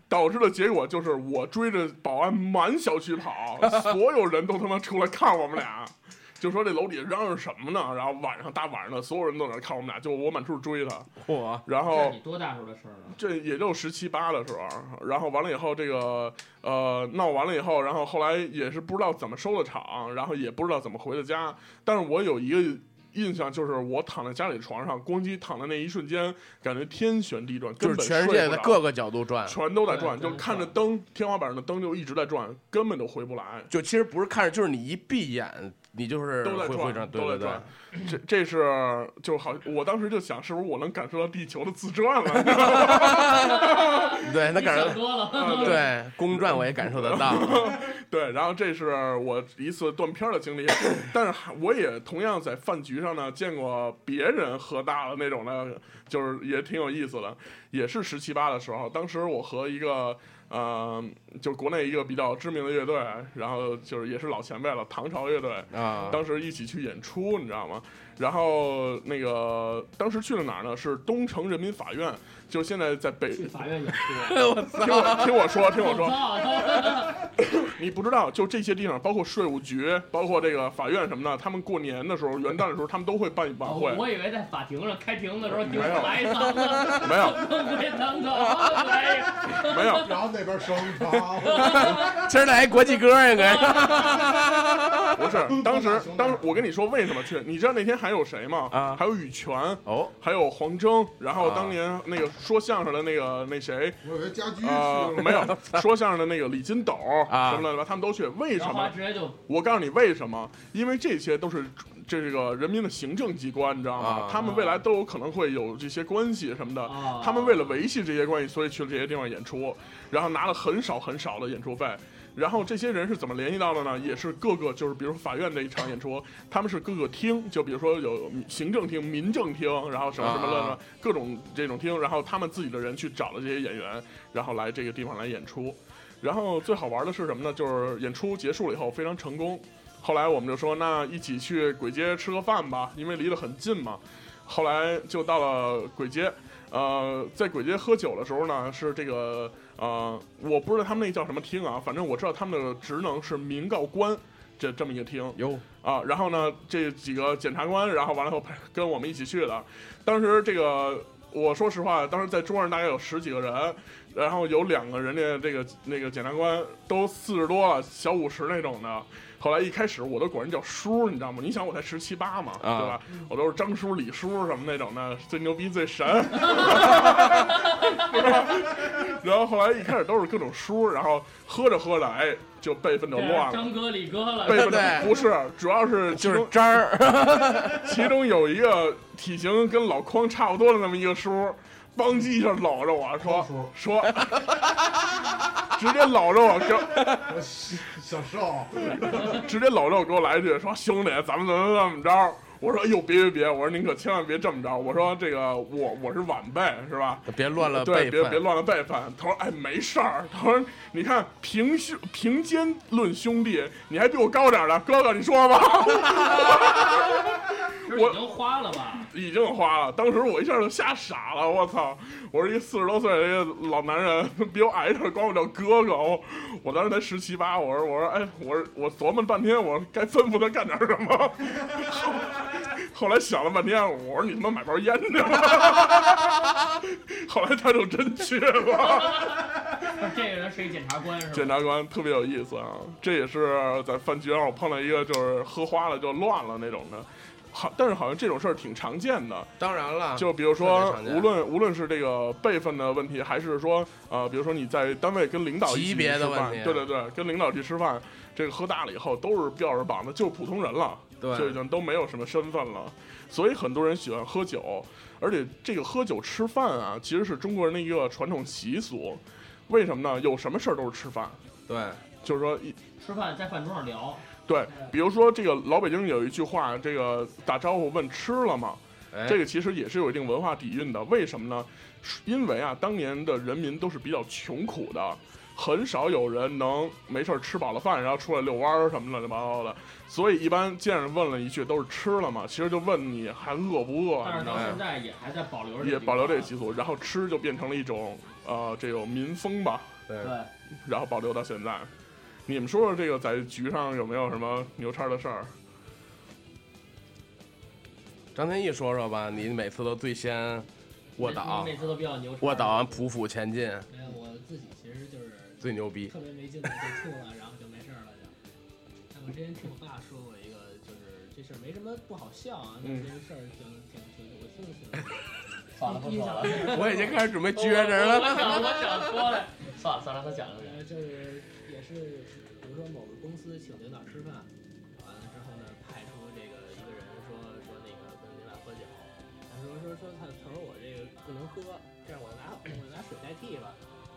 S1: 导致的结果就是我追着保安满小区跑，所有人都他妈出来看我们俩。就说这楼底下嚷嚷什么呢？然后晚上大晚上的，所有人都在那看我们俩，就我满处追他。
S4: 嚯，
S1: 然
S2: 这是
S1: 后
S2: 你多大时候的事儿啊了？
S1: 这也就十七八的时候，然后完了以后，这个呃闹完了以后，然后后来也是不知道怎么收的场，然后也不知道怎么回的家。但是我有一个印象，就是我躺在家里床上，咣叽躺在那一瞬间，感觉天旋地转，
S4: 就
S1: 根
S4: 是
S1: 本
S4: 全世
S1: 睡
S4: 界
S1: 不
S4: 的
S1: 着
S4: 各个角度转，
S1: 全都在转，
S2: 对对
S1: 就看着灯，天花板上的灯就一直在转，根本就回不来。
S4: 就其实不是看着，就是你一闭眼，你就是
S1: 都在
S4: 会会转，
S1: 转，
S4: 对
S1: 都在
S4: 对对
S1: 转，，这这是就好，我当时就想，是不是我能感受到地球的自转了？ (laughs)
S4: 对，那
S2: 你
S4: 感
S2: 想
S4: 觉
S2: 多
S1: 啊
S2: 了，
S4: 对公转我也感受
S1: (laughs)
S4: 得到，
S1: 对，然后这是我一次断片儿的经历，但是还我也同样在饭局上呢见过别人喝大了那种的，就是也挺有意思的，也是十七八的时候，当时我和一个呃，就国内一个比较知名的乐队，然后就是也是老前辈了，唐朝乐队，
S4: 啊
S1: 当时一起去演出，你知道吗？然后那个当时去了哪儿呢？是东城人民法院，就是现在在北。
S2: (laughs) (laughs) 去
S1: 听
S2: 法院演出。
S1: 我听我说，听 (laughs) 我说
S2: 我，操！
S1: 你不知道，就这些地方，包括税务局，包括这个法院什么的，他们过年的时候、元旦的时候，他们都会办 (laughs) 晚会
S2: 哦
S4: 哦
S2: 我。我以为在法庭上开庭的时候
S1: 没
S2: 丢
S1: 有
S2: 白嗓子，
S1: (laughs) 没有，
S2: (laughs) 别
S1: (laughs)
S2: 等等，哎
S1: 没
S4: (laughs)
S1: 有，
S3: 然后那边升
S1: (laughs)
S3: 堂，
S4: 今儿来一国际歌
S1: 哎
S4: 应该
S1: (laughs)
S2: (laughs)
S1: 不是。当时，当时我跟你说为什么去，你知道那天还有谁吗？
S4: 啊
S1: 还有羽泉，
S4: 哦，
S1: 还有黄征，然后
S4: 啊
S1: 当年那个说相声的那个那谁，
S3: 我以为家居去
S1: 呃
S3: 了，，
S1: 没有说相声的那个李金斗
S4: 啊
S1: 什么乱七八，他们都去。为
S2: 然
S1: 什
S2: 后他
S1: 么？
S2: 直接就
S1: 我告诉你为什么？因为这些都是这个人民的行政机关，你知道吗
S4: 啊？
S1: 他们未来都有可能会有这些关系什么的。
S2: 啊，
S1: 他们为了维系这些关系，所以去了这些地方演出，然后拿了很少很少的演出费。然后这些人是怎么联系到的呢？也是各个就是，比如说法院这一场演出，他们是各个厅，就比如说有行政厅、民政厅，然后什么什么乱七八
S4: 啊
S1: 各种这种厅，然后他们自己的人去找了这些演员，然后来这个地方来演出。然后最好玩的是什么呢？就是演出结束了以后非常成功。后来我们就说，那一起去簋街吃个饭吧，因为离得很近嘛。后来就到了簋街，呃，在簋街喝酒的时候呢，是这个呃，我不知道他们那叫什么厅啊，反正我知道他们的职能是民告官这这么一个厅。
S4: 哟，
S1: 啊，然后呢，这几个检察官，然后完了以后陪跟我们一起去的。当时这个，我说实话，当时在桌上大概有十几个人，然后有两个人家这个那个检察官都四十多了，小五十那种的。后来一开始我都管人叫叔，你知道吗？你想我才十七八嘛，
S4: 啊
S1: 对吧？我都是张叔、李叔什么那种的，最牛逼、最神。然后后来一开始都是各种叔，然后喝着喝着，哎，就辈分就乱了。
S2: 啊张哥、李
S1: (laughs)
S2: 哥了，
S1: 辈分就
S4: 对
S1: 不是，主要是其
S4: 就是
S1: 中
S4: 渣儿，
S1: 其中有一个体型跟老匡差不多的那么一个叔，邦叽一下搂着我说
S3: 匡叔
S1: 说， (laughs) 直接搂着我跟
S3: (laughs) 小邵，
S1: 直接搂着我给我来一句说兄弟，咱们怎么怎么着？我说哎呦别别别，我说您可千万别这么着，我说这个我我是晚辈是吧？
S4: 别乱了
S1: 对，
S4: 辈
S1: 别别
S4: 分。
S1: 乱了辈分。他说：“哎，没事儿。”他说：“你看平兄平肩论兄弟，你还比我高点儿呢，哥哥，你说吧。
S2: (laughs) 不是已经花了吧？”
S1: 已经花了，当时我一下就吓傻了，我操！我是一四十多岁的一个老男人， (laughs) 比我矮一点，管我叫哥哥。我我当时才十七八，我说我说哎，我说我琢磨半天，我该吩咐他干点什么。 (laughs) 后后来想了半天，我说你他妈买包烟去吧。 (laughs) 后来他就真去了。 (laughs)
S2: 不是这个人是一检察官是
S1: 检
S2: 吧？
S1: 察官特别有意思啊，这也是在饭局上我碰到一个就是喝花了就乱了那种的，好，但是好像这种事儿挺常见的，
S4: 当然了，
S1: 就比如说
S4: 啊特别常见
S1: 无论无论是这个辈分的问题，还是说呃，比如说你在单位跟领导一起
S4: 级别
S1: 去
S4: 的
S1: 吃饭
S4: 问题啊
S1: 对对对，跟领导去吃饭，这个喝大了以后都是吊着膀子，就是普通人了。就已
S4: 对，
S1: 经都没有什么身份了，所以很多人喜欢喝酒，而且这个喝酒吃饭啊，其实是中国人的一个传统习俗。为什么呢？有什么事儿都是吃饭，
S4: 对，
S1: 就是说一
S2: 吃饭在饭桌上聊，
S1: 对，比如说这个老北京有一句话，这个打招呼问吃了吗？
S4: 哎
S1: 这个其实也是有一定文化底蕴的。为什么呢？是因为啊，当年的人民都是比较穷苦的，很少有人能没事儿吃饱了饭，然后出来遛弯儿什么乱七八糟的。所以一般见着问了一句都是吃了吗？其实就问你还饿不饿，啊你
S2: 但是
S1: 知
S2: 到
S1: 道吗？
S2: 现在也还在保留着
S1: 嗯也
S2: 地
S1: 保留这个
S2: 方
S1: 习俗，然后吃就变成了一种呃这种民风吧，
S4: 对
S2: 对，
S1: 然后保留到现在。你们说说这个在局上有没有什么牛叉的事儿？
S4: 张天翼说说吧，你每次都最先卧
S2: 你
S4: 倒，
S2: 每次都比较牛叉。
S4: 卧倒完匍匐前进，
S6: 没有，我自己其实就是
S4: 最牛
S6: (laughs)
S4: 逼。
S6: 特别没劲的就吐了，然后就没事儿了就。但我之前听我爸说过一个，就是这事儿没什么不好笑啊，但
S1: 嗯
S6: 是这个事儿挺挺挺，我听着挺
S2: 算了不
S6: 印
S2: 说
S6: 象
S2: 了，
S6: 深刻
S4: 我已经开始准备撅人了
S2: 我。想我想说了，算了算了，他讲了
S6: 呃，就是也是，比如说某个公司请领导吃饭，完了之后呢，派出这个一个人说说那个跟领导喝酒，他说说说他头儿我这个不能喝，这样我拿我拿水代替吧。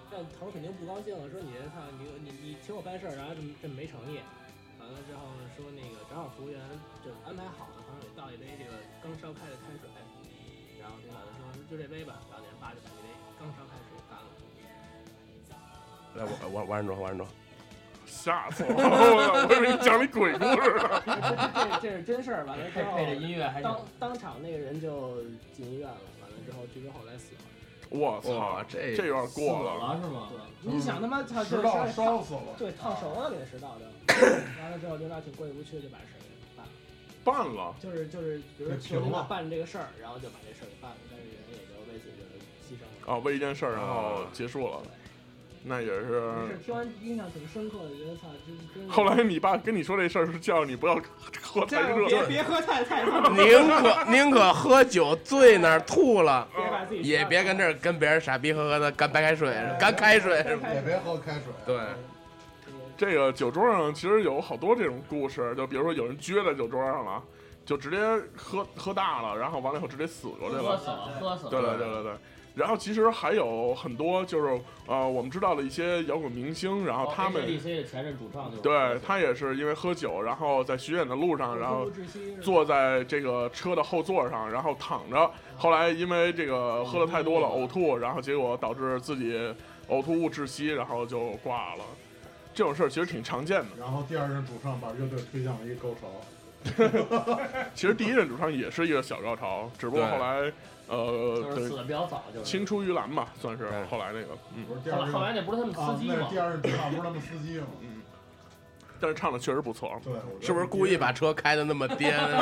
S6: 这样头儿肯定不高兴了，说你这趟你你你请我办事儿，然后这么这么没诚意。完了之后说那个正好服务员就安排好了，朋友给倒一杯这个刚烧开的开水，然后领导就说就这杯吧，然后那人爸就把这杯刚烧开的水干了。
S4: 来，我我我按住，我按住。
S1: 吓死我了！我以为你讲你鬼故事呢。
S6: (laughs) 这这是真事儿，完了之
S2: 配配着
S6: 后
S2: 音乐还是
S6: 当当场那个人就进医院了，完了之后据说后来死了。
S1: 我操
S4: 哇，，哦
S1: (laughs)
S4: 这
S1: 这有点
S2: 死
S1: 过了。
S2: 了是吗？
S6: 对，你想他妈
S2: 嗯
S6: 他
S3: 石道烧死了，
S6: 对烫手了给他食道就，完了之后领导挺过意不去，就把事儿给办了。
S1: 办了，
S6: 就是就是，比如说
S3: 给
S6: 求领
S3: 停
S6: 导
S3: 了
S6: 办这个事儿，然后就把这事儿给办了，但是人也就为此就牺牲了。
S1: 啊，为一件事儿然后结束了，那也是。
S6: 这事听完印象挺深刻的，觉得操，真真。
S1: 呃后来你爸跟你说这事儿是叫你不要喝 (laughs)
S6: 这样
S1: 太热，啊
S6: 别别喝太太烫，
S4: 宁可宁可喝酒醉那儿吐了，
S6: 别把自己
S4: 也别跟这儿跟别人傻逼呵呵的干白开水，干开水。
S3: 也别喝开水。啊
S4: 对，
S1: 这个酒桌上其实有好多这种故事，就比如说有人撅在酒桌上了，就直接喝喝大了，然后完了以后直接死过去
S2: 喝
S1: 了。
S2: 死了，喝死了。
S1: 对对对对对。然后其实还有很多，就是呃，我们知道的一些摇滚明星，然
S2: 哦
S1: 后他们
S2: D C 的前任主唱就是
S1: 对他也是因为喝酒，然后在巡演的路上，然后
S6: 窒息是吧
S1: 坐在这个车的后座上，然后躺着。后来因为这个喝的太多了，呕吐，然后结果导致自己呕吐物窒息，然后就挂了。这种事儿其实挺常见的。
S3: 然后第二任主唱把乐队推向了一个高潮，
S1: 其实第一任主唱也是一个小高潮，只不过
S4: 对
S1: 后来呃
S2: 就是死
S1: 对
S2: 的比较早，就是
S1: 青出于蓝吧，算是
S4: 对
S1: 后来那个嗯。
S3: 不是第
S2: 后
S3: 二
S2: 来
S3: 任
S2: 后来那不是他们
S3: 啊
S2: 司，机
S3: 那是
S2: 吗？
S3: 第二任主唱不是他们司机吗？
S1: 但是唱的确嗯实不错。
S2: (laughs)
S3: 对，我觉得
S4: 是不是故意把车开的那么颠？啊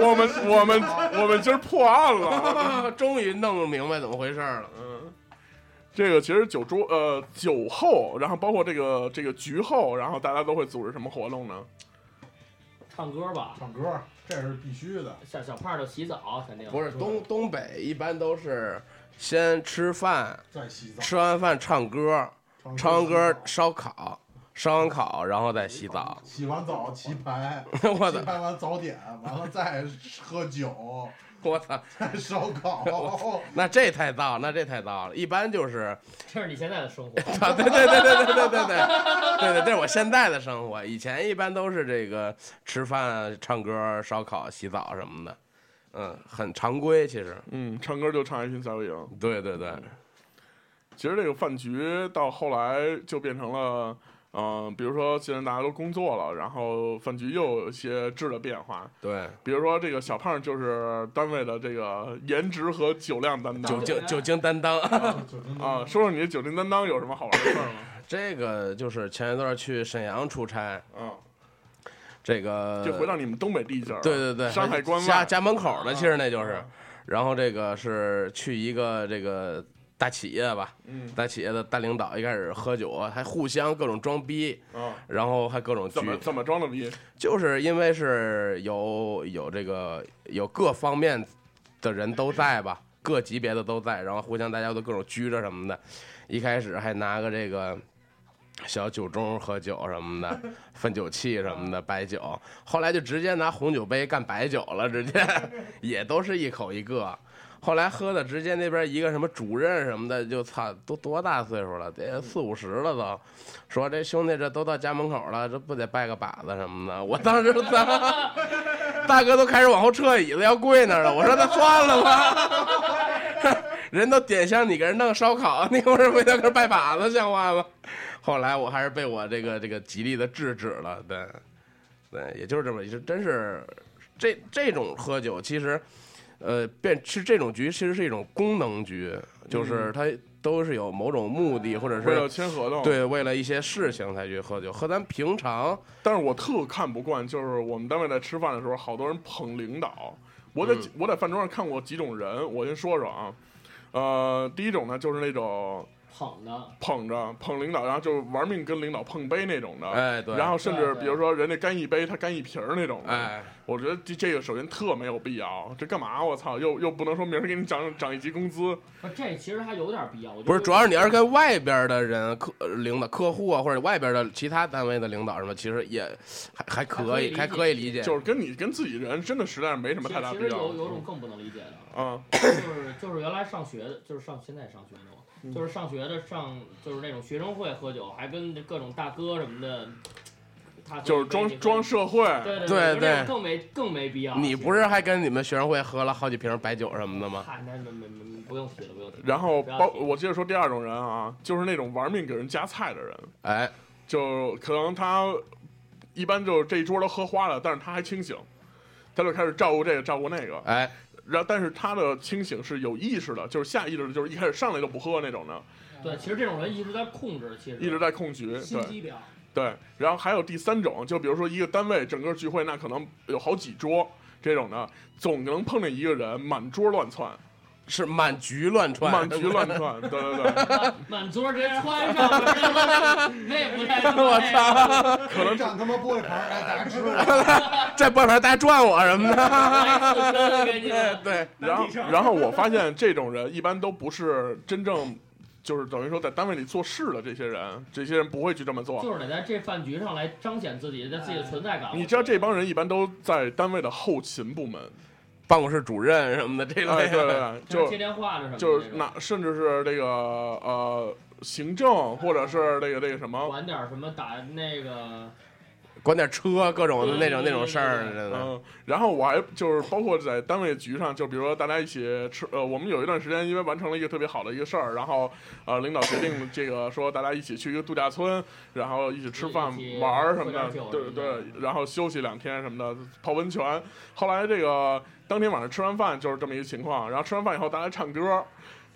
S1: 我们我们我们今儿破案了。
S4: (laughs) 终于弄明白怎么回事了。
S1: 嗯，这个其实酒桌呃酒后，然后包括这个这个局后，然后大家都会组织什么活动呢？
S2: 唱歌吧，
S3: 唱歌，这是必须的。
S2: 小小胖就洗澡肯定
S4: 不是东东北一般都是先吃饭，
S3: 在洗澡，
S4: 吃完饭唱歌，唱完歌烧烤，烧完烤然后再洗澡。
S3: 洗完
S1: (laughs)
S3: 澡棋牌，
S4: 我
S3: 棋
S4: 操！
S3: 牌完早点，完了再喝酒，
S4: 我操！
S3: 再烧
S1: (laughs) 哦
S3: 烤。
S4: 那这太燥，那这太燥了。一般就是，
S2: 这是你现在的生活。
S4: (laughs) 啊，对对对对对对对对对对对，这是我现在的生活。以前一般都是这个吃饭、唱歌、烧烤、洗澡什么的，嗯，很常规其实。
S1: 嗯，唱歌就唱《一群小野》。
S4: 对对
S1: 嗯
S4: 对，
S1: 其实这个饭局到后来就变成了，嗯、比如说现在大家都工作了，然后饭局又有一些质的变化。
S4: 对，
S1: 比如说这个小胖就是单位的这个颜值和酒量担
S4: 酒
S1: 当。
S4: 精酒精担当。 (laughs)
S3: 酒精
S1: 啊，说说你的酒精担当有什么好玩的事儿吗？
S4: 这个就是前一段去沈阳出差，
S1: 啊，
S4: 这个
S1: 就回到你们东北地界儿了。
S4: 呃对对对，
S1: 山海关外
S4: 家家门口的，
S1: 啊
S4: 其实那就是。然后这个是去一个这个大企业吧，
S1: 嗯
S4: 大企业的大领导一开始喝酒啊，还互相各种装逼，
S1: 啊，
S4: 然后还各种
S1: 怎么
S4: 拘，
S1: 怎么装的逼？
S4: 就是因为是有有这个有各方面的人都在吧，各级别的都在，然后互相大家都各种拘着什么的，一开始还拿个这个。小酒盅喝酒什么的，分酒器什么的，白酒。后来就直接拿红酒杯干白酒了，直接也都是一口一个。后来喝的直接那边一个什么主任什么的，就操都多大岁数了，得四五十了都，说这兄弟这都到家门口了，这不得拜个把子什么的。我当时大大哥都开始往后撤椅子要跪那儿了，我说那算了吧， (laughs) 人都点香，你给人弄烧烤，你给我这回头给人拜把子像话吗？后来我还是被我这个这个极力的制止了，对，对，也就是这么，就真是这这种喝酒其实，呃，变是这种局其实是一种功能局，就是它都是有某种目的或者
S1: 为了
S4: 是
S1: 签合同。，
S4: 对为了一些事情才去喝酒，和咱平常
S1: 但是我特看不惯，就是我们单位在吃饭的时候，好多人捧领导。我在、
S4: 嗯
S1: 我在饭桌上看过几种人，我先说说啊。呃，第一种呢，就是那种
S2: 捧的，
S1: 捧着捧领导，然后就玩命跟领导碰杯那种的。
S4: 哎对，
S1: 啊然后甚至
S2: 对对
S1: 比如说人家干一杯，他干一瓶儿那种的，
S4: 哎
S1: 我觉得这这个首先特没有必要，这干嘛？我操，又又不能说明儿给你涨涨一级工资，
S2: 不是这其实还有点必要。我觉得
S4: 不是，主要是你要是跟外边的人客呃领导、客户啊，或者外边的其他单位的领导什么，其实也还还可以，还
S2: 还
S4: 可
S2: 可
S4: 以
S2: 以
S4: 理
S2: 理
S4: 解。
S1: 就是跟你跟自己人真的实在是没什么
S2: 其
S1: 太大
S2: 其
S1: 必
S2: 实
S1: 要嗯
S2: 有有种更不能理解的，
S1: 啊。
S2: 就是就是原来上学的，就是上现在上学的
S1: 嗯
S2: 我，就是上学的上就是那种学生会喝酒，还跟各种大哥什么的，他
S1: 就是装装
S2: 饰，
S1: 社会，
S2: 对对
S4: 对对
S2: 这种更没更没必要。
S4: 你不是还跟你们学生会喝了好几瓶白酒什么的吗？
S2: 嗨，那没没没不用提了，不用提了。
S1: 然后
S2: 不要
S1: 包
S2: 提
S1: 我接着说第二种人啊，就是那种玩命给人夹菜的人，
S4: 哎，
S1: 就可能他一般就是这一桌都喝花了，但是他还清醒，他就开始照顾这个照顾那个，
S4: 哎，
S1: 然后但是他的清醒是有意识的，就是下意识的，就是一开始上来就不喝那种的，
S2: 对，其实这种人一直在控制，其实
S1: 一直在控局，
S5: 心
S1: 对
S5: 机婊，
S1: 对。然后还有第三种，就比如说一个单位整个聚会，那可能有好几桌这种的，总能碰见一个人满桌乱窜，
S4: 是满局乱窜，
S1: 满局
S4: (laughs)
S1: 乱。
S2: (laughs)
S1: 窜，对对对。
S2: 满桌直接穿上了，那
S1: (laughs)
S2: 不太对。
S4: 我操！
S3: 可 (laughs) 能站他妈玻璃盘，哎，大家吃了。
S1: (laughs)
S4: 这波牌大家转我什么的。
S2: 我给你
S4: 哎
S1: (laughs)
S2: 们
S4: (laughs) 对，
S1: 然后
S5: 难题上
S1: 然后我发现这种人一般都不是真正，就是等于说在单位里做事的这些人，这些人不会去这么做。
S2: 就是得在这饭局上来彰显自己在自己的存在感。
S1: 你知道这帮人一般都在单位的后勤部门，
S4: 办公室主任什么的这
S1: 哎，
S4: 类
S1: 对
S4: 的。
S1: 对对，
S2: 就是
S1: 就
S2: 接电话的什么的那种，
S1: 就是那甚至是这个呃行政或者是这个这个什么
S2: 管点儿什么打那个
S4: 管点车各种的那种那种事儿，
S2: 嗯
S4: 真的。
S1: 嗯，然后我还就是包括在单位局上，就比如说大家一起吃，呃，我们有一段时间因为完成了一个特别好的一个事儿，然后呃，领导决定这个说大家一起去一个度假村，然后一起吃饭
S2: 一起
S1: 玩儿什么的
S2: 喝点酒，
S1: 对
S2: 什么
S1: 对
S2: 的，
S1: 然后休息两天什么的，泡温泉。后来这个当天晚上吃完饭就是这么一个情况，然后吃完饭以后大家唱歌。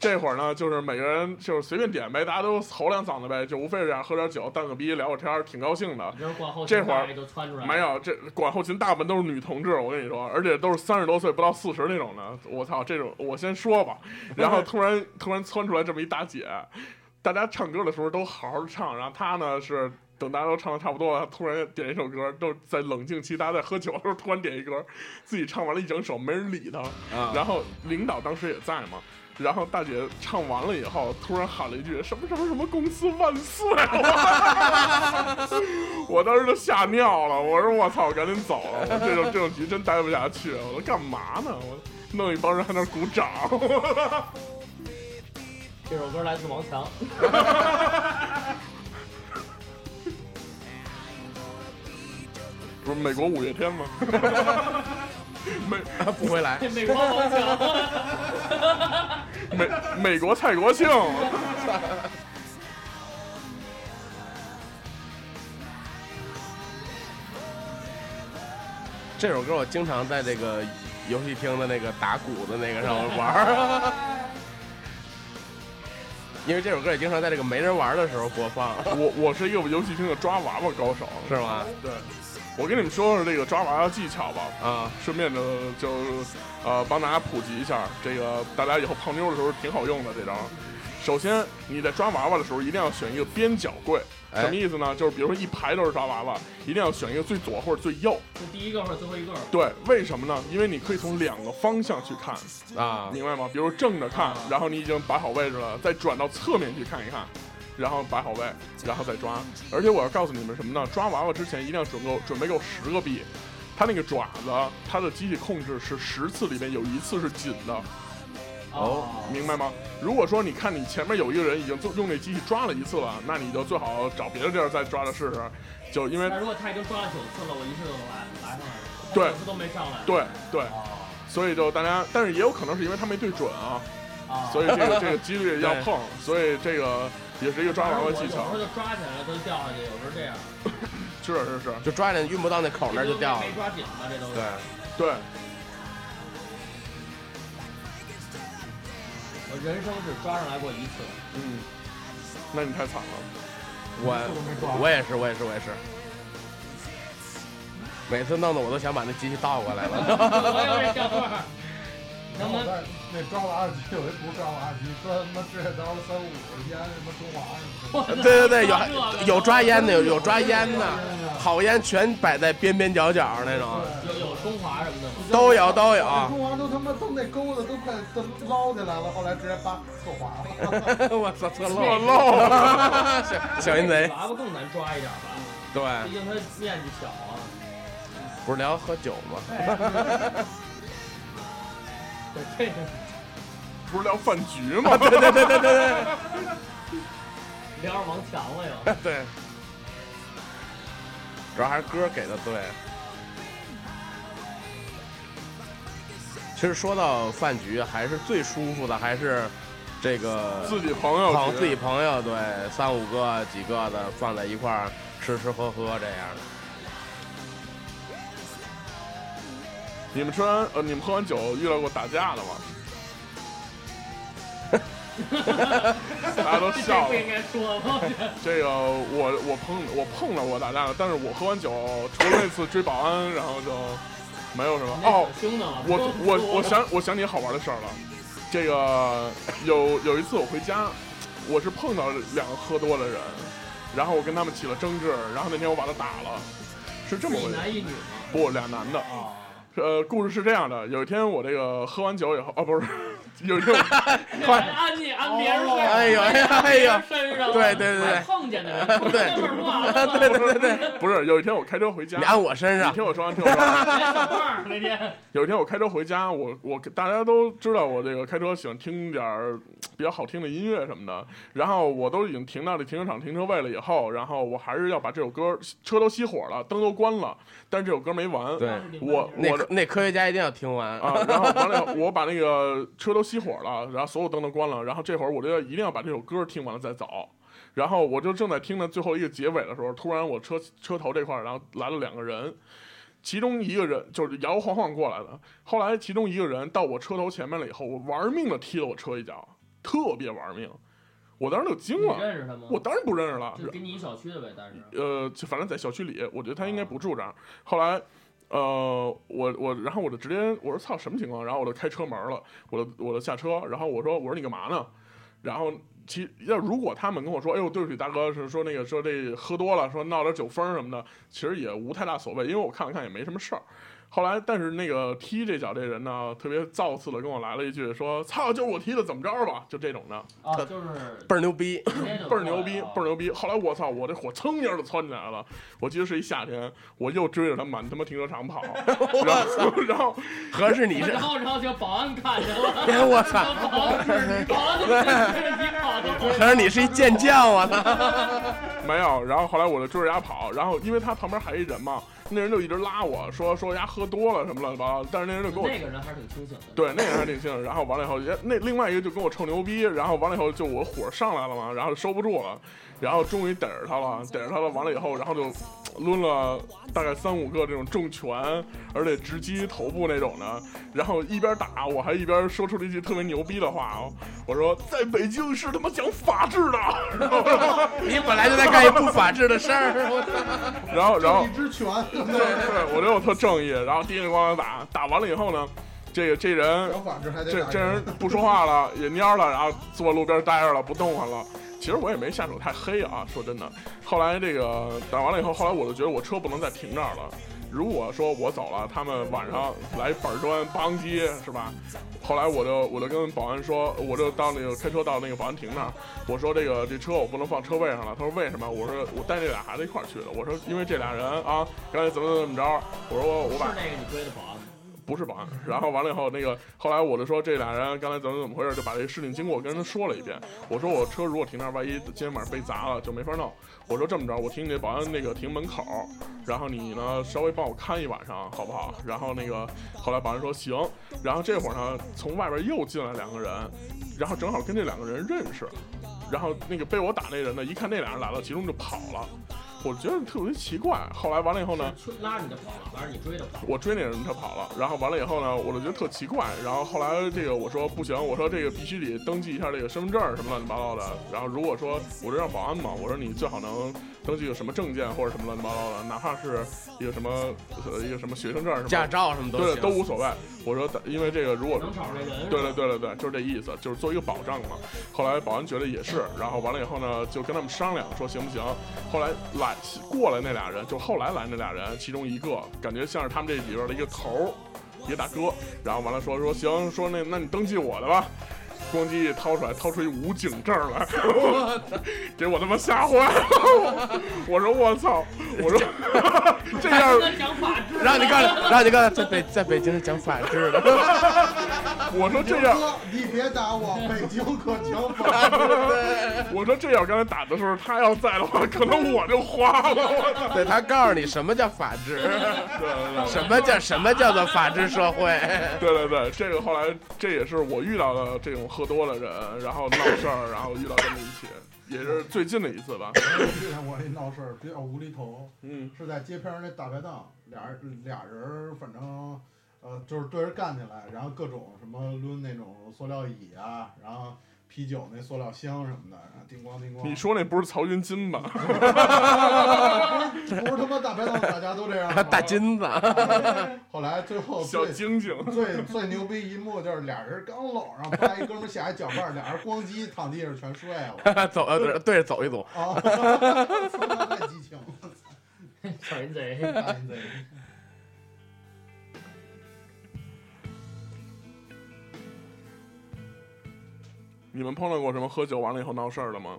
S1: 这会儿呢，就是每个人就是随便点呗，大家都吼两嗓子呗，就无非是这样，喝点酒，淡个逼，聊个天儿，挺高兴的。
S2: 你这是逛后
S1: 这会儿
S2: 就窜出来了，
S1: 没有，这管后勤大部分都是女同志，我跟你说，而且都是三十多岁不到四十那种的。我操，这种我先说吧，然后突然突然窜出来这么一大姐，大家唱歌的时候都好好唱，然后她呢是等大家都唱的差不多了，突然点一首歌，都在冷静期，大家在喝酒的时候突然点一歌，自己唱完了一整首，没人理她。
S4: 啊，
S1: 然后领导当时也在嘛，然后大姐唱完了以后，突然喊了一句“什么什么什么公司万岁”，我 (laughs) 当时都吓尿了，我说我操，赶紧走了，我这种这种局真待不下去，我说干嘛呢？我弄一帮人在那儿鼓掌，
S2: 这首歌来自王强，
S1: 不是美国五月天吗？美
S4: (laughs) 不回来。
S2: (laughs) 美国王强， (laughs)
S1: 美美国蔡国庆，
S4: 这首歌我经常在这个游戏厅的那个打鼓的那个上玩儿，因为这首歌也经常在这个没人玩的时候播放，
S1: 我我是一个游戏厅的抓娃娃高手，
S4: 是吗？
S1: 对，我跟你们说说这个抓娃娃技巧吧。
S4: 啊，
S1: 顺便呢，就呃帮大家普及一下，这个大家以后泡妞的时候挺好用的这招。首先，你在抓娃娃的时候一定要选一个边角柜，
S4: 哎
S1: 什么意思呢？就是比如说一排都是抓娃娃，一定要选一个最左或者最右。
S2: 就第一个或者最后一个，
S1: 对，为什么呢？因为你可以从两个方向去看，
S4: 啊，
S1: 明白吗？比如正着看
S2: 啊，
S1: 然后你已经摆好位置了，再转到侧面去看一看，然后摆好位，然后再抓。而且我要告诉你们什么呢？抓娃娃之前一定要准够准备够十个币。它那个爪子，它的机器控制是十次里面有一次是紧的，
S2: 哦，
S1: 明白吗？如果说你看你前面有一个人已经做用这机器抓了一次了，那你就最好找别的地儿再抓着试试，就因为
S2: 那如果他已经抓了九次了，我一次都来来上来了，他
S1: 对
S2: 九次都没上来，
S1: 对对，
S2: 哦，
S1: 所以就大家，但是也有可能是因为他没对准啊，
S2: 啊，
S1: 所以这
S4: (laughs)
S1: 个这个几率要
S4: 对
S1: 碰，所以这个也是一个抓娃娃技巧
S2: 有时候。就抓起来了，它就掉下去，有时候这样，
S1: 是是是，
S4: 就抓着运不到那口那儿就掉了
S2: 没。抓紧嘛，这都是。
S4: 对，
S1: 对，
S2: 我人生只抓上来过一
S1: (laughs)
S2: 次，
S1: 嗯，那你太惨了。
S4: 我我也是，我也是，我也是。每次弄得我都想把那机器倒过来了。 (laughs)
S2: 我有点想法，
S3: 然
S2: 能不
S3: 后我
S2: 能
S3: 在那抓娃娃机，有一不是抓娃娃机，说他妈指甲刀三五烟什么中华什么的。
S4: 对对对，有有抓烟的，有有抓烟的，
S3: 好，
S4: 好烟全摆在边边角角那种，
S2: 有有中华什么的吗？
S4: 都有都有。
S1: 啊
S3: 中华都他妈都那钩子都快都捞起来了，后来直接扒侧滑了。
S4: (laughs) 我操，错
S1: 错漏
S4: 了，小 (laughs) 小淫贼。
S2: 娃娃更难抓一点吧，
S4: 对，
S2: 毕竟它面积小啊。
S4: 不是聊喝酒吗？
S1: 哎
S2: 对，这个
S1: 不是聊饭
S4: (laughs)
S1: 局吗？
S4: (laughs) 对对对对对
S2: 聊上王强了又。
S4: 对对。主要还是歌给的对。其实说到饭局，还是最舒服的，还是这个
S1: (laughs) 自己朋友
S4: 朋
S1: 局
S4: 自己朋友，对，三五个几个的放在一块儿吃吃喝喝这样的。
S1: 你们吃完呃，你们喝完酒遇到过打架的吗？ (laughs) 大家都笑
S4: (laughs)
S2: 这不
S1: 了
S2: 应。该说吗？
S1: 这个我我碰我碰到过打架的，但是我喝完酒，除了那次追保安，然后就没有什么。哦，
S2: 凶的了。
S1: 我我我想我想起好玩的事儿了。这个有有一次我回家，我是碰到两个喝多的人，然后我跟他们起了争执，然后那天我把他打了，是这么
S2: 一
S1: 回事。
S2: 男一女嘛。
S1: 不，俩男的。呃，故事是这样的，有一天我这个喝完酒以后，啊，不是， (laughs) 有这种
S2: 还安你安别
S1: 哦
S2: 人身上，
S4: 哎呦哎呦哎呦
S2: 安别人身上，
S4: 对对对对
S2: 还碰见的人，那会儿不完了吗？
S1: 对对
S2: (laughs)
S1: 对，不是有一天我开车回家
S4: 你，按我身
S1: 你
S4: 上，
S1: 听我说完，听我说啊完。
S2: 哎小胖儿那天，
S1: 有一天我开车回家，我我大家都知道我这个开车喜欢听点儿比较好听的音乐什么的，然后我都已经停到这停车场停车位了以后，然后我还是要把这首歌车都熄火了，灯都关了，但是这首歌没完，
S4: 对，
S1: 我
S4: 那
S1: 我
S4: 科那科学家一定要听 (laughs) 完
S1: 啊，然后完了，我把那个车都熄火了，然后所有灯都关了，然后这会儿我就要一定要把这首歌听完了再走。然后我就正在听到最后一个结尾的时候，突然我车车头这块儿，然后来了两个人，其中一个人就是摇摇晃晃过来的。后来其中一个人到我车头前面了以后，我玩命的踢了我车一脚，特别玩命。我当时就惊
S2: 你
S1: 了，
S2: 认识他吗？
S1: 我当然不认识了。
S2: 就跟你一小区的呗，但是
S1: 呃，就反正在小区里，我觉得他应该不住这儿。后来，呃，我我然后我就直接我说操什么情况？然后我就开车门了，我就我就下车，然后我说我说你干嘛呢？然后其要如果他们跟我说，哎呦对不起大哥，是说那个说这喝多了，说闹点酒疯什么的，其实也无太大所谓，因为我看了看也没什么事儿。后来，但是那个踢这脚这人呢，特别造次的跟我来了一句说：“操，就是我踢的，怎么着吧？”就这种的，
S2: 啊，就是
S4: 倍儿牛逼，
S1: 倍儿牛逼，倍儿牛逼。后来我操，我这火蹭一下就窜起来了。我记得是一夏天，我又追着他满他妈停车场跑，然后然后
S4: (laughs) 合适 (laughs) 你是
S2: 然，后然后就保安看见了，
S4: (laughs) 哎我操
S2: (laughs) 保安保安就你跑
S4: (laughs)
S2: 的，
S4: 合适你是一健将，啊我操！
S1: 没有，然后后来我就追着丫跑，然后因为他旁边还一人嘛，那人就一直拉我说说丫喝多了什么乱七八糟，但是那人就跟我
S2: 那个人还是挺清醒的，
S1: 对，那个人还挺清醒。然后完了以后，也那另外一个就跟我臭牛逼，然后完了以后就我火上来了嘛，然后收不住了，然后终于逮着他了，逮着他了，完了以后，然后就抡了大概三五个这种重拳，而且直击头部那种的，然后一边打我还一边说出了一句特别牛逼的话哦，我说在北京是他妈讲法治的，然后
S4: 你本来就在干一不法治的事儿，
S1: (laughs)
S4: 我操！
S1: 然后 (laughs) 然后
S3: 正义之拳，
S1: (laughs) 对对，我觉得我特正义，然后叮叮咣啷打，打完了以后呢，这个这人
S3: 小法制还得
S1: 这
S3: 打
S1: 这
S3: (laughs)
S1: 人不说话了，也蔫了，然后坐路边待着了，不动弹了。其实我也没下手太黑啊，说真的。后来这个打完了以后，后来我就觉得我车不能再停这儿了。如果说我走了，他们晚上来板砖邦机是吧？后来我就我就跟保安说，我就到那个开车到那个保安亭那儿，我说这个这车我不能放车位上了。他说为什么？我说我带这俩孩子一块儿去的。我说因为这俩人啊，刚才怎么怎么着？我说我我
S2: 是
S1: 把
S2: 那个你追的保安吗？
S1: 不是保安。然后完了以后，那个后来我就说这俩人刚才怎么怎么回事，就把这事情经过跟他说了一遍。我说我车如果停那儿，万一今天晚上被砸了就没法弄。我说这么着，我听你保安那个停门口，然后你呢稍微帮我看一晚上好不好？然后那个后来保安说行。然后这会儿呢，从外边又进来两个人，然后正好跟这两个人认识。然后那个被我打那人呢，一看那俩人来了，其中就跑了。我觉得特别奇怪。后来完了以后呢，
S2: 去拉着你的跑了，还是你追的跑？
S1: 我追那人他跑了，然后完了以后呢，我就觉得特奇怪。然后后来这个我说不行，我说这个必须得登记一下这个身份证什么乱七八糟的。然后如果说我就让保安嘛，我说你最好能登记个什么证件或者什么乱七八糟的，哪怕是一个什么呃一个什么学生证什么
S4: 驾照什么都
S1: 对
S4: 行，
S1: 都无所谓。我说因为这个如果
S2: 能找着那
S1: (laughs)
S2: 人？
S1: 对对对对对，就是这意思，就是做一个保障嘛。后来保安觉得也是，然后完了以后呢，就跟他们商量说行不行。后来来过来那俩人，就后来来那俩人，其中一个感觉像是他们这里边的一个头儿，一个大哥。然后完了说说行，说那那你登记我的吧。咣叽一掏出来，掏出一武警证来， (laughs) 给我他妈吓坏了！我说我操！我说这样
S2: 那讲法治，
S4: 让你告
S2: (laughs)
S4: 诉，让你告诉，在北在北京是讲法治的， (laughs)
S1: 我说这样
S3: 哥，你别打我，北京可强
S1: (laughs)
S3: 法制。
S1: 我说这要刚才打的时候，他要在的话，可能我就花了。我操！
S4: 对他告诉你什么叫法治，
S1: 对
S4: 什么叫什么叫做法治社会，
S1: 对对对，这个后来这也是我遇到的这种喝多的人，然后闹事儿，然后遇到这么一起，也是最近的一次吧。
S3: 之前我也闹事儿比较无厘头，
S1: 嗯
S3: 是在街边儿那大排档，俩人俩人儿反正呃就是对着干起来，然后各种什么抡那种塑料椅啊，然后啤酒那塑料箱什么的，然后叮咣叮咣。
S1: 你说那不是曹云金吧？
S3: 不是他妈大排档大家都这样吗？
S4: 大金子，
S3: 后来最
S4: 哦
S3: 后
S1: 小
S3: 最
S1: 晶晶，
S3: 最最牛逼一幕就是俩人刚搂上，啪一哥们儿下一脚绊儿，俩人咣叽躺地上全摔了。
S4: 走呃对对着走一走，
S3: 啊，他妈太激情了，
S2: 小淫
S4: (laughs)
S2: 贼。
S3: 大淫贼！
S1: 你们碰到过什么喝酒完了以后闹事儿的吗？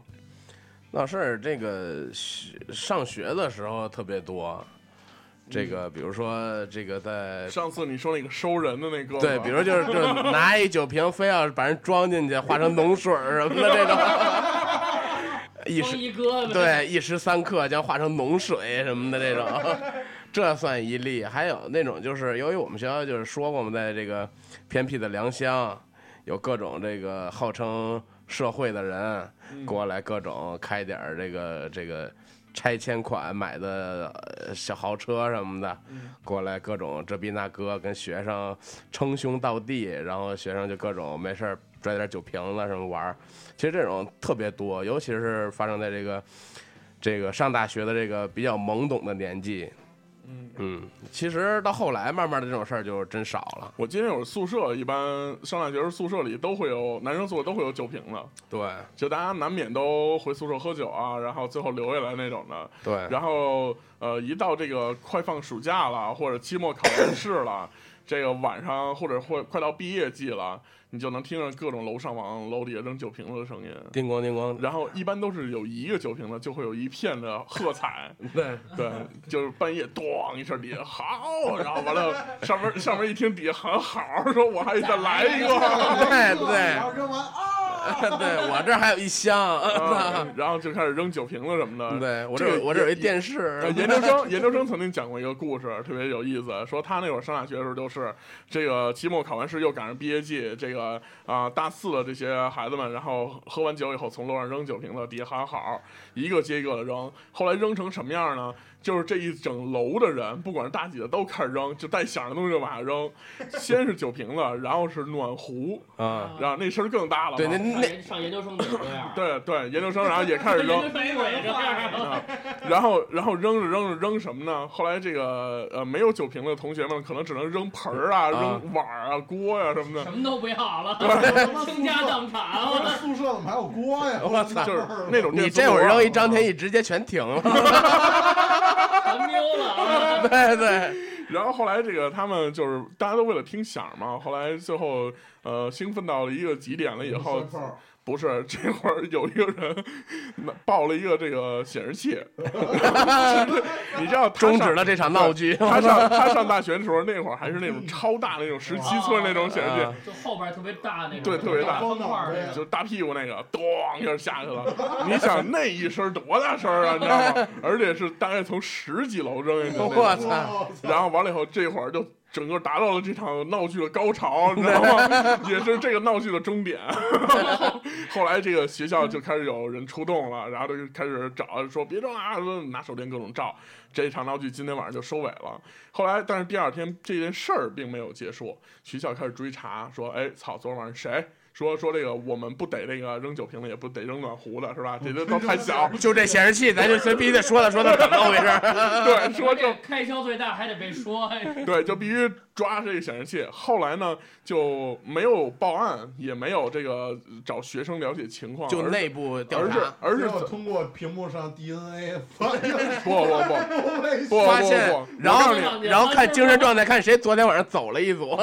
S4: 闹事儿这个学上学的时候特别多，这个比如说这个在
S1: 上次你说那个收人的那个，
S4: 哎对，比如就是 (laughs) 就是拿一酒瓶，非要把人装进去，化成脓水儿什么的这种，一
S2: 风
S4: 时
S2: 一哥呗，
S4: (laughs)
S2: 啊
S4: 对一时三刻将化成脓水什么的这种，这算一例。还有那种就是由于我们学校就是说过我们在这个偏僻的良乡，有各种这个号称社会的人过来，各种开点儿这个这个。拆迁款买的呃小豪车什么的，过来各种这逼那哥跟学生称兄道弟，然后学生就各种没事儿拽点酒瓶子什么玩儿。其实这种特别多，尤其是发生在这个这个上大学的这个比较懵懂的年纪。
S1: 嗯
S4: 嗯，其实到后来慢慢的这种事儿就真少了。
S1: 我今天有宿舍，一般上大学时候宿舍里都会有男生宿舍都会有酒瓶子，
S4: 对
S1: 就大家难免都回宿舍喝酒啊，然后最后留下来那种的。
S4: 对，
S1: 然后呃，一到这个快放暑假了，或者期末考完试了，这个晚上或者会快到毕业季了，你就能听着各种楼上往楼底下扔酒瓶子的声音。
S4: 叮咣叮咣，
S1: 然后一般都是有一个酒瓶子，就会有一片的喝彩，
S4: 对
S1: 对，就是半夜咣一声底下好，然后完了上面上面一听底下喊好，说我还再来一
S3: (laughs)
S1: 个，
S4: 对
S3: 然后
S4: 对
S3: 扔完啊，
S4: 对，我这儿还有一箱。
S1: 啊然后就开始扔酒瓶子什么的，
S4: (laughs) 对我这
S1: 这
S4: 儿
S1: 个
S4: 我这儿有
S1: 也
S4: 一电视
S1: 呃，
S4: (laughs)
S1: 研究生 (laughs) 研究生曾经讲过一个故事，特别有意思，说他那会儿上大学的时候，就是这个期末考完试又赶上毕业季，这个啊、大四的这些孩子们，然后喝完酒以后从楼上扔酒瓶子，底下喊好，一个接一个的扔，后来扔成什么样呢？就是这一整楼的人，不管是大几的都开始扔，就带响的东西就往下扔，先是酒瓶子，然后是暖壶，
S4: 啊，
S1: 然后那声儿更大了嘛。
S4: 对，那
S2: 上
S4: 那
S2: 研上研究生也这样，
S1: 对对，研究生然后也开始扔
S2: (laughs) 研究，生也这样，
S1: 啊，然后然后扔着扔着扔什么呢？后来这个呃没有酒瓶的同学们可能只能扔盆儿啊、
S4: 啊
S1: 扔碗儿啊、锅呀、什么的
S2: (laughs)
S3: (laughs)
S2: 什，么都不要了， (laughs) 倾
S3: 宿
S2: 家
S3: 舍
S2: 荡产
S3: 我
S2: 了。
S3: 说宿舍怎么还有锅呀？
S4: 我操
S3: 啊
S1: 就是那种
S4: 你
S1: 电磁
S4: 这会儿
S1: 炉啊
S4: 扔一张天翼，直接全停了。
S2: 全丢了
S4: (laughs)
S2: 啊，
S4: 对对，
S1: 然后后来这个他们就是大家都为了听响嘛，后来最后呃兴奋到了一个极点了以后
S3: 不，是
S1: (laughs)
S3: 扣
S1: 不是这会儿有一个人拿抱了一个这个显示
S3: (laughs)
S1: 器，你知道他
S4: 终
S1: 上
S4: 止了这场闹
S1: (laughs)
S4: 剧。
S1: 他上他上大学的时候，那会儿还是那种超大那种十七寸那种显示器，
S4: 啊
S2: 就后边特别大那种，
S1: 对特别大
S2: 方块儿那
S3: 对
S2: 种。
S1: 就是大屁股那个，咚一下下去了。 (laughs) 你想那一声多大声啊，你知道吗？而且是大概从十几楼扔下去
S4: 我
S1: 的，
S4: 操
S3: 我操！
S1: 然后完了以后，这会儿就整个达到了这场闹剧的高潮，你知道吗？也是这个闹剧的终点。后来这个学校就开始有人出动了，然后就开始找说别扔啊，说拿手电各种照。这场闹剧今天晚上就收尾了。后来，但是第二天这件事儿并没有结束，学校开始追查，说哎操，昨晚上谁？说说这个，我们不逮那个扔酒瓶的，也不逮扔暖壶的，是吧？这都都太小。
S4: 就这显示器，咱就随必须得说了说到怎么回事儿。
S1: (laughs) 对，说这
S2: 这开销最大还得被说，哎
S1: 对，就必须抓这个显示器。后来呢，就没有报案，也没有这个找学生了解情况，
S4: 就
S1: 而
S4: 内部调
S1: 而是
S4: 查，
S3: (laughs)
S1: 而是
S3: 结果通过屏幕上 DNA
S1: (laughs)
S3: 发现
S1: 不不不
S3: 不
S1: 不
S4: 发现
S1: 不不，，
S4: 然后
S2: 我告诉你
S4: 然后看精神状态，看谁昨天晚上走了一组。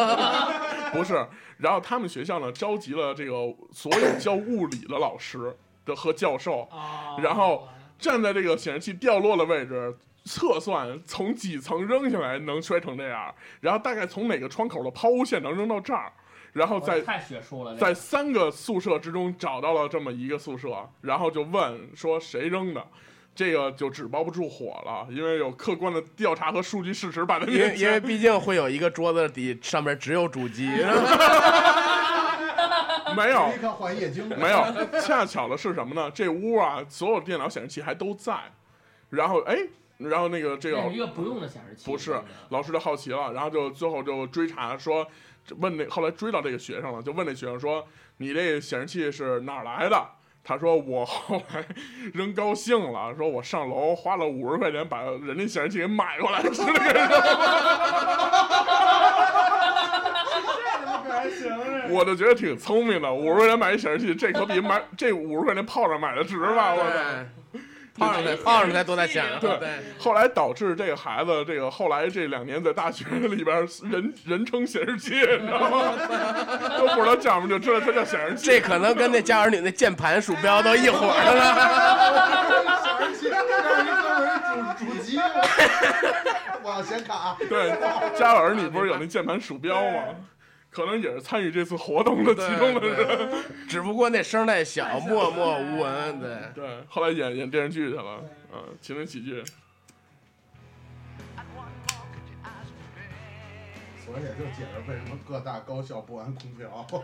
S1: 不是。然后他们学校呢，召集了这个所有教物理的老师的和教授，
S2: 啊
S1: 然后站在这个显示器掉落的位置。测算从几层扔下来能摔成这样，然后大概从哪个窗口的抛物线能扔到这儿，然后再
S2: 太学术了，这
S1: 在三个宿舍之中找到了这么一个宿舍，然后就问说谁扔的，这个就纸包不住火了，因为有客观的调查和数据事实摆在 (laughs)
S4: (laughs) 因为
S1: 面
S4: 因为
S1: 前，
S4: 毕竟会有一个桌子底上面只有主机，
S1: 没有
S3: 立刻换液晶，
S1: 没有，恰巧的是什么呢？这屋啊，所有电脑显示器还都在，然后哎，然后那个这个
S2: 这
S1: 老
S2: 是一个不用的显示器，
S1: 不是老师就好奇啊了，然后就最后就追查说，问那后来追到这个学生了，就问那学生说：“你这显示器是哪儿来的？”他说：“我后来扔高兴了，说我上楼花了五十块钱把人家显示器给买过来，是那个 (laughs) 人。
S5: 还行啊
S3: (laughs)
S5: 这”
S1: 我就觉得挺聪
S4: (laughs)
S1: 明的，五十块钱买一显示器，这可比买这五十块钱炮仗买的值吧？我操！
S4: 对胖子才胖子才多大钱啊，
S1: 对
S4: 对，
S1: 后来导致这个孩子，这个后来这两年在大学里边人人称显示器，你知道吗？都不知道叫什么，就知道他叫显示器。
S4: 这可能跟那家有儿女那键盘鼠标都一伙儿的了。
S3: 而
S4: (laughs)
S3: 且那是一专门主主机，哇，显卡，
S1: (laughs) 对，家有儿女不是有那键盘鼠标吗？可能也是参与这次活动的其中的
S4: 对
S1: 人。
S4: 对只不过那声儿太小，默默无闻。对，
S1: 对， (laughs) 后来演演电视剧去了，嗯，情景喜剧。
S3: 所以也就解释为什么各大高校不安空调， (laughs)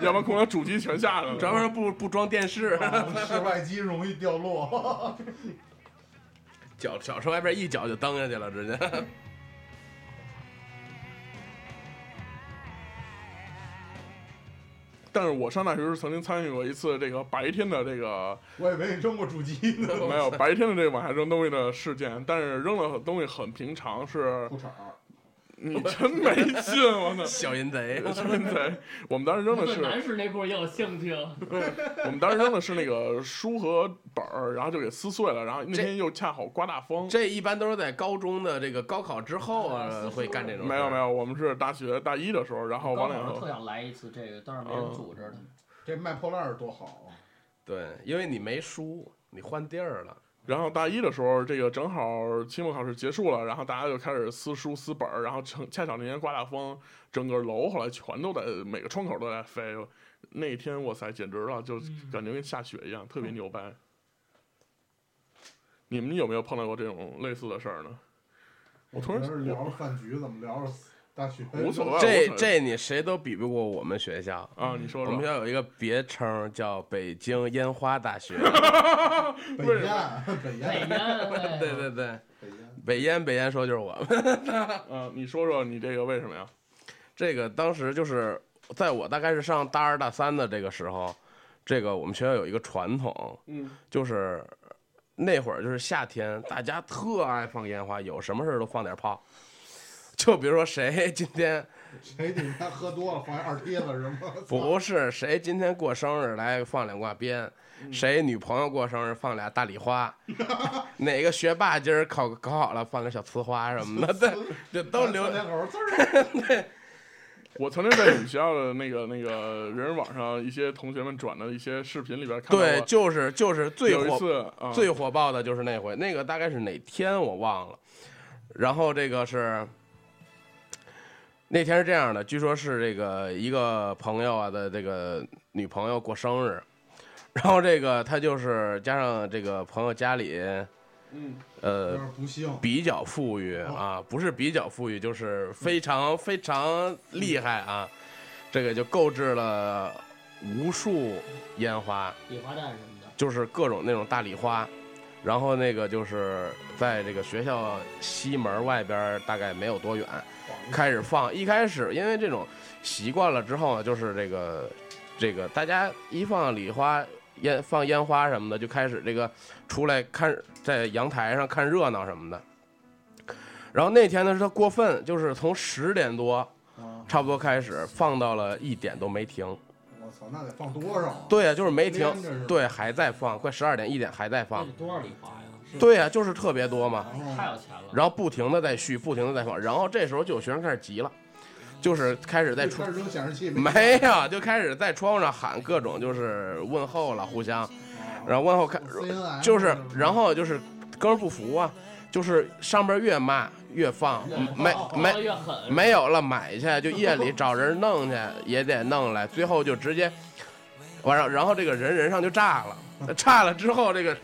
S1: 要不然空调主机全下来
S4: 主要
S1: 了。
S4: 是不不装电视，
S3: 室外机容易掉落。
S4: (laughs)
S3: (laughs)
S4: 脚脚朝外边一脚就蹬下去了， (laughs) 直接。
S1: (laughs) 但是我上大学时曾经参与过一次这个白天的这个
S3: 我以为你扔过主机呢， (laughs)
S1: 没有白天的这个往下扔东西的事件，但是扔的东西很平常，是
S3: 裤衩儿。
S1: 你真 (laughs) 没劲，我操！
S4: 小淫贼，
S1: 真贼！我们当时扔的
S2: 对
S1: (laughs) 是，
S2: 男士内裤也有兴趣，啊
S1: 我们当时扔的是那个书和本儿，然后就给撕碎了，然后那
S4: 这
S1: 天又恰好刮大风。
S4: 这一般都是在高中的这个高考之后啊会干这种事儿。
S1: 没有没有，我们是大学大一的时候，然后
S2: 高
S1: 完了
S2: 考
S1: 以
S2: 时
S1: 后
S2: 候特，想来一次这个，但是没
S1: 嗯
S2: 人组织的。
S3: 这卖破烂儿多好啊！
S4: 对，因为你没输，你换地儿了。
S1: 然后大一的时候，这个正好期末考试结束了，然后大家就开始撕书撕本儿，然后恰恰巧那天刮大风，整个楼后来全都在每个窗口都在飞。那天哇塞，简直了，就感觉跟下雪一样，特别牛掰。你们有没有碰到过这种类似的事儿呢？我突然
S3: 们聊着饭局，怎么聊着大学？
S1: 无所谓哎
S4: 这
S1: 我
S4: 这你谁都比不过我们学校。
S1: 啊，你说
S4: 我
S1: 说
S4: 们学。校有一个别称叫北京烟花大学。
S3: 北
S1: 为什
S3: 燕，北
S2: 北
S3: 燕，
S2: 烟，
S4: 对对对，
S3: 北燕，
S4: 北烟北烟说就是我们。 (laughs)
S1: 嗯，你说说你这个为什么呀？
S4: 这个当时就是在我大概是上大二大三的这个时候，这个我们学校有一个传统，
S1: 嗯，
S4: 就是那会儿就是夏天，大家特爱放烟花，有什么事儿都放点炮。就比如说谁今天
S3: 谁你妈喝多了放一二贴子是吗？
S4: 不是谁今天过生日来放两挂鞭，
S1: 嗯
S4: 谁女朋友过生日放俩大
S1: (laughs)
S4: 礼花，哪个学霸今儿考考好了放个小呲花什么的，对，就都留
S3: 两口字儿。
S1: 我曾经在你们学校的那个那个人人网上一些同学们转的一些视频里边看到
S4: 对，
S1: 过，
S4: 就是就是最
S1: 有一
S4: 火
S1: 次啊，
S4: 最火爆的就是那回，那个大概是哪天我忘了。然后这个是那天是这样的，据说是这个一个朋友啊的这个女朋友过生日，然后这个他就是加上这个朋友家里
S1: 嗯，
S3: 有
S4: 呃
S3: 点不幸，
S4: 比较富裕啊，不是比较富裕，就是非常非常厉害啊，这个就购置了无数烟花。
S2: 礼花弹什
S1: (laughs)
S2: 么的，
S4: 就是各种那种大礼花，然后那个就是在这个学校西门外边儿大概没有多远
S3: 嗯
S4: 开始放。一开始因为这种习惯了之后呢，就是这个这个大家一放礼花。烟放烟花什么的，就开始这个出来看，在阳台上看热闹什么的。然后那天呢，是他过分，就是从十点多
S3: 啊！
S4: 差不多开始放到了一点都没停。
S3: 我操，那得放多少啊？
S4: 对呀、就是没停
S3: 连着是吧，
S4: 对，还在放，快十二点一点还在
S2: 这
S4: 放
S2: 得。多少礼花呀？
S4: 对呀、就是特别多嘛，
S1: 嗯
S2: 太有钱了。
S4: 然后不停的在续，不停的在放，然后这时候就有学生开始急了，就是开始在
S3: 开
S4: 窗
S3: 始扔显示器
S4: (laughs) 没有，就开始在窗户上喊各种就是问候了，互相，
S3: 嗯啊
S4: 然后问候看，
S3: CNN
S4: 就是
S3: (laughs)
S4: 然后就是哥们儿不服啊，就是上边越骂越放，
S2: 嗯
S4: 没没
S2: 越来越狠，
S4: 没有了，买去就夜里找人弄去，也得弄来，最后就直接完了，然后这个人人上就炸了，炸了之后，这个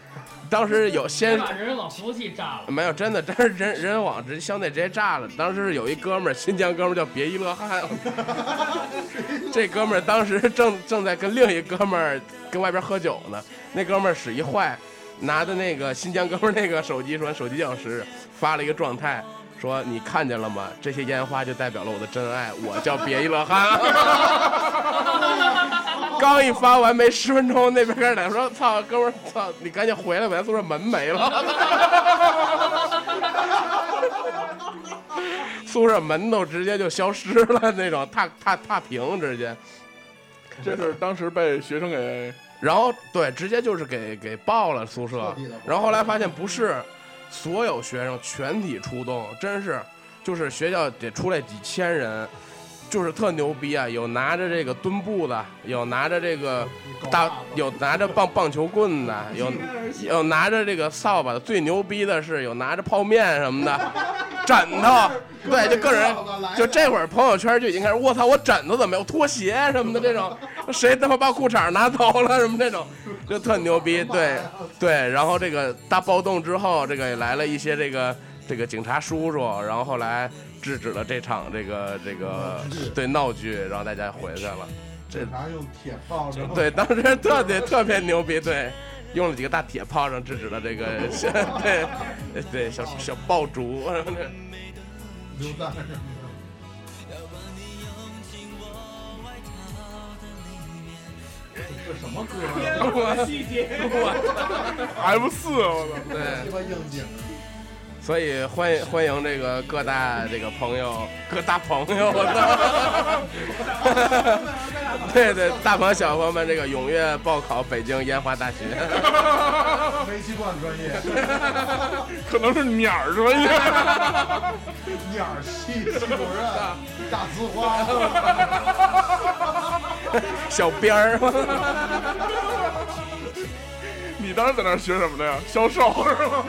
S4: 当时有先
S2: 先把人往服务器炸了。
S4: 啊没有真的，但是人人网直接相对直接炸了。当时是有一哥们儿，新疆哥们儿叫别一乐汉，这哥们儿当时正正在跟另一哥们儿跟外边喝酒呢，那哥们儿使一坏，拿着那个新疆哥们儿那个手机说手机钥匙，发了一个状态。说你看见了吗？这些烟花就代表了我的真爱，我叫别一乐汉。 (laughs) 刚一发完没十分钟，那边开始打说：“操，哥们儿，操，你赶紧回来吧，咱宿舍门没了。”宿舍门都直接就消失了那种，踏踏踏平直接。
S1: 这是当时被学生给
S4: 然后对，直接就是给给报了宿舍
S3: 彻，底的。
S4: 然后后来发现不是所有学生全体出动，真是就是学校得出来几千人，就是特牛逼啊！有拿着这个墩布的，有拿着这个大，有拿着棒棒球棍的，有有拿着这个扫把的，最牛逼的是有拿着泡面什么的，枕头，对，就
S3: (laughs)
S4: 各种人。就这会儿朋友圈就已经开始，我操，我枕头怎么有拖鞋什么的这种，谁他妈把裤衩拿走了什么这种，就特牛逼，对对。然后这个大暴动之后，这个也来了一些这个这个警察叔叔，然后后来制止了这场这个这个对闹剧，然后大家回去了。这
S3: 警察用铁炮，然后
S4: 对，当时特别特别牛逼，对，用了几个大铁炮上制止了这个 (laughs) 对对小小爆竹 (laughs) 什么的。
S3: 榴弹什么的。这什么歌啊？
S5: 细节，
S1: M 四，我操！
S4: (laughs) 对。
S3: 鸡巴应
S4: (laughs)
S3: 景啊，
S4: 所以欢迎欢迎这个各大这个朋友，各大朋友，我操！对对，大朋友小朋友们，这个踊跃报考北京烟花大学。
S3: 煤气罐专业，
S1: 可能是鸟儿专业。
S3: 鸟儿戏西主任，大呲
S5: (laughs)
S3: 花，
S4: 小边儿，
S1: (laughs) 你当时在那儿学什么的呀？销售是吗？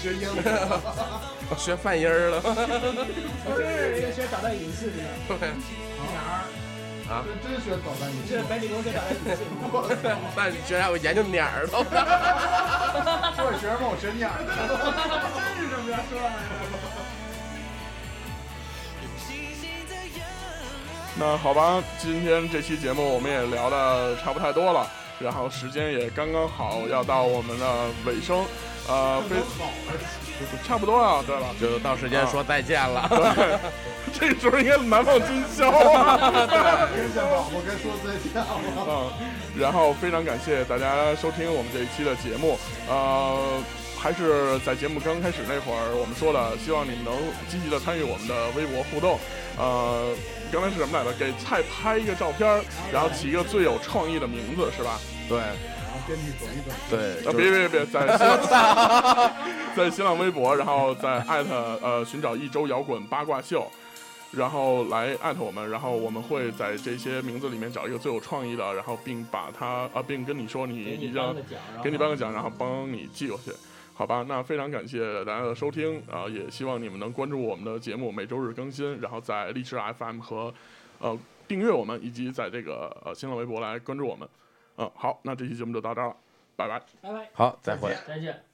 S3: 学英语，鸟
S4: 我学范音儿了。
S5: 我是一个学导弹影视的，
S3: 儿
S4: 啊，
S3: 这真学导弹
S5: 是
S3: 影
S5: 白领公学导弹影视。
S4: 那你居然还会研究鸟儿了？
S3: 说着学生问我学鸟儿的，
S5: (laughs) 真是这么着说的。
S1: (laughs) 那好吧，今天这期节目我们也聊的差不太多了，然后时间也刚刚好要到我们的尾声，呃，非
S3: 好 (laughs)
S1: 差不多啊了，对吧？
S4: 就到时间说再见了。
S1: 对， (laughs) 这时候应该难放今宵啊。 (laughs)
S3: 啊，天线宝宝该说再见了。
S5: 哦
S1: 嗯，然后非常感谢大家收听我们这一期的节目，呃，还是在节目刚开始那会儿我们说了，希望你们能积极的参与我们的微博互动，呃，刚才是什么来着？给菜拍一个照片儿，然后起一个最有创意的名字，是吧？
S4: 对
S3: 然后编辑转一转，
S4: 对，
S1: 啊，
S4: 就
S1: 别
S4: 是
S1: 别别，在新浪
S4: (laughs)
S1: 在新浪微博，然后在艾特呃寻找一周摇滚八卦秀，然后来艾特我们，然后我们会在这些名字里面找一个最有创意的，然后并把它啊、并跟你说你
S2: 给你
S1: 已
S2: 颁
S1: 经
S2: 个奖，然后
S1: 给你颁个奖，然后帮你寄过去。好吧，那非常感谢大家的收听啊、也希望你们能关注我们的节目，每周日更新，然后在荔枝 FM 和呃订阅我们，以及在这个呃新浪呃微博来关注我们。嗯、好，那这期节目就到这儿了，拜拜。
S5: 拜拜。
S4: 好，再会。
S2: 再见。